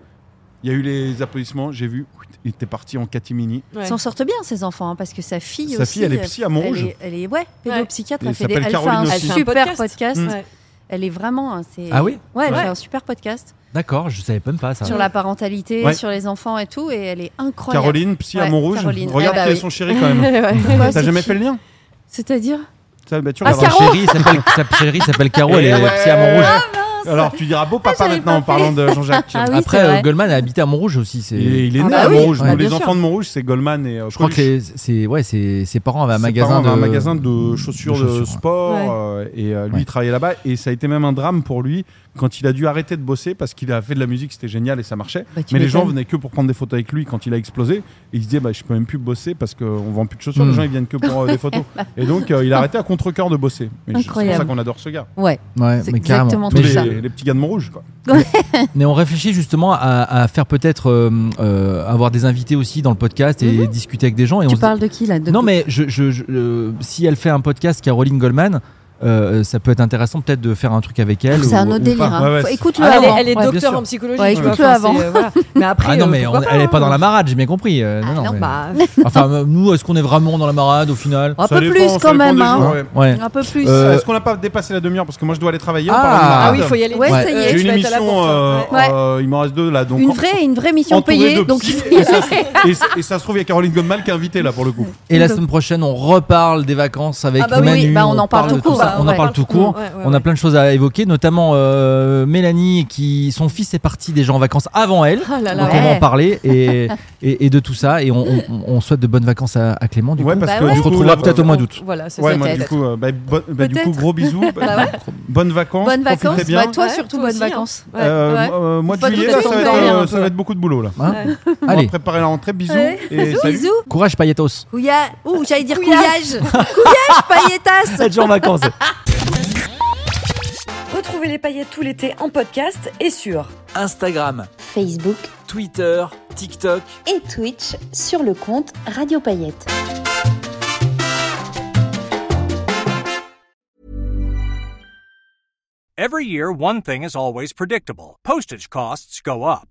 C: Il y a eu les applaudissements, j'ai vu, il était parti en catimini.
B: Ouais.
D: S'en sortent bien ces enfants, hein, parce que sa fille
C: Sa
D: aussi.
C: fille, elle est
D: euh,
C: psy à Montrouge.
D: Elle est, elle est- ouais, pédopsychiatre.
C: Et
D: Elle,
C: elle
D: fait des,
C: s'appelle
D: elle fait
C: Caroline
D: un
C: aussi.
B: Elle fait un
D: super
B: podcast.
D: podcast.
B: Ouais.
D: Elle est vraiment. hein, c'est-
A: Ah oui
D: Ouais, elle
B: Ouais.
D: fait un super podcast
A: D'accord, je savais même pas ça.
D: sur la parentalité,
C: Ouais.
D: sur les enfants et tout, et elle est incroyable.
C: Caroline, psy à
D: Ouais,
C: Montrouge,
D: Caroline.
C: regarde
D: Eh bah
C: quel est
D: oui.
C: son chéri
D: [LAUGHS]
C: quand même.
D: Quoi,
C: T'as
D: c'est
C: jamais
D: qui
C: fait le lien
D: C'est-à-dire
C: Ça, bah, tu
D: Ah,
A: Sa
C: regarderas.
D: Caro Ah,
A: chérie s'appelle- sa chérie s'appelle Caro, elle
C: Eh
A: est
C: ouais.
A: psy à Montrouge.
C: Alors tu diras beau papa
D: j'avais
C: maintenant en
D: pas fait.
C: parlant de Jean-Jacques.
D: Ah oui,
A: Après,
D: c'est
A: euh,
D: vrai.
A: Goldman a habité à Montrouge aussi. c'est-
C: Il est, il est
D: Ah
C: né
D: bah
C: à
D: oui,
C: Montrouge.
D: bah
C: Nous,
D: bien
C: les
D: sûr.
C: enfants de Montrouge, c'est Goldman et. euh,
A: Je crois que
C: Coluche.
A: les- c'est ouais, c'est- ses parents avaient un
C: Ses
A: magasin
C: parents
A: de
C: avaient un magasin de chaussures
A: de
C: de,
A: chaussures,
C: sport
B: ouais.
C: euh, et euh, lui
A: Ouais.
C: il travaillait là-bas et ça a été même un drame pour lui quand il a dû arrêter de bosser parce qu'il a fait de la musique c'était génial et ça marchait
D: Bah, tu
C: mais les
D: m'étonnes.
C: gens venaient que pour prendre des photos avec lui quand il a explosé et il se disait bah je peux même plus bosser parce qu'on vend plus de chaussures
A: Mm.
C: les gens ils viennent que pour euh,
D: [LAUGHS]
C: des photos et donc euh, il a arrêté à contre cœur de bosser Mais c'est pour
D: Incroyable.
C: ça qu'on adore ce gars
D: Ouais,
A: Ouais,
D: C'est
A: mais carrément.
D: exactement
A: Mais
C: tous
D: tout ça.
C: les, les petits gars de Montrouge quoi
A: Mais on réfléchit justement à, à faire peut-être euh, euh, avoir des invités aussi dans le podcast et discuter avec des gens. Et on
D: Mhm. tu
A: se-
D: parles de qui là de
A: Non, mais je, je- je- euh, si elle fait un podcast, Caroline Goldman, euh, ça peut être intéressant peut-être de faire un truc avec elle.
D: C'est
A: ou-
D: un
A: ou
D: autre
A: pas.
D: délire. hein.
C: Ouais, ouais,
D: Faut-
C: c'est-
D: Écoute-le
B: Ah non,
D: avant.
B: elle est
A: ouais,
B: docteur
A: bien
B: en psychologie.
D: Ouais,
B: tu
D: écoute-le
B: vois, enfin,
D: avant.
B: c'est, euh, voilà. Mais après,
A: Ah non,
B: euh,
A: mais on-
B: pourquoi
A: elle est pas dans la
B: hein.
A: marade, j'ai bien compris. euh, non,
D: Ah
A: non,
D: non,
A: mais-
D: bah,
A: [LAUGHS] Enfin, euh, nous, est-ce qu'on est vraiment dans la marade au final
D: Un
C: Ça
D: peu
C: dépend,
D: plus
C: ça
D: quand
C: dépend
D: même.
C: des
D: hein.
C: jours,
A: Ouais.
C: ouais.
A: Ouais.
D: Un peu plus.
A: Euh,
C: est-ce qu'on n'a pas dépassé la demi-heure parce que moi je dois aller travailler on
A: Ah.
C: parle de la
B: Ah
C: merde.
B: oui, faut y aller.
D: Ouais,
B: vite.
D: ça y
B: Euh,
D: est,
C: j'ai
B: tu
C: une
B: vas être à la
C: émission
B: bourre,
C: euh,
B: toi. Ouais.
D: Ouais.
C: euh, il m'en reste deux là donc
D: Une vraie, une vraie mission
C: Entouré
D: payée.
C: de
D: Donc
C: psy, [LAUGHS] et, ça, et ça- et ça se trouve, il y a Caroline Goldman qui est invitée là pour le coup.
A: Et la semaine prochaine, on reparle des vacances avec
D: Ah bah oui,
A: Manu,
D: bah on en parle
A: de
D: tout court,
A: ça,
D: bah
A: on en
D: ouais.
A: parle tout court.
B: Ouais, ouais,
A: On a
B: ouais.
A: plein de choses à évoquer, notamment euh, Mélanie, qui son fils est parti déjà en vacances avant elle.
B: Ah là là.
A: Donc
D: Ouais.
A: on va en parler et, et, et de tout ça. Et on, on- on souhaite de bonnes vacances à, à Clément. Du
C: Ouais,
A: coup.
C: parce
D: Bah
C: que
D: ouais.
A: on
C: du
A: se
C: coup,
A: retrouvera
C: là,
A: peut-être au mois d'août.
B: Voilà, c'est
C: Ouais,
B: ça.
C: moi, du
D: peut-être.
C: coup, euh, bah, bon- bah, du coup,
D: Peut-être.
C: gros bisous.
D: Bah ouais.
C: Bonnes vacances.
D: Bonnes
C: profitez
D: vacances.
C: bien.
D: Bah, toi
B: Ouais,
D: surtout,
B: toi
D: bonnes
B: aussi, hein.
D: vacances.
B: Ouais.
C: Euh,
D: ouais.
C: euh, moi,
D: Pas
C: juillet,
D: tout
C: là,
D: à
C: ça
D: fait
C: va, être,
D: dormir,
C: euh,
D: un
C: ça
D: peu.
C: va être beaucoup de boulot là.
A: Hein
B: Ouais.
C: On va
A: Allez,
C: préparer la rentrée. Bisous.
D: Ouais.
C: Et
D: Bisous,
C: salut.
D: bisous.
A: courage Payatos.
D: Couilla... Ouh, j'allais dire
B: Couillage.
D: couillage. [LAUGHS] couillage, pailletas.
A: C'est déjà en vacances.
F: Retrouvez les paillettes tout l'été en podcast et sur
G: Instagram,
H: Facebook
G: Twitter, TikTok.
H: et Twitch sur le compte Radio Paillette.
I: Every year, one thing is always predictable postage costs go up.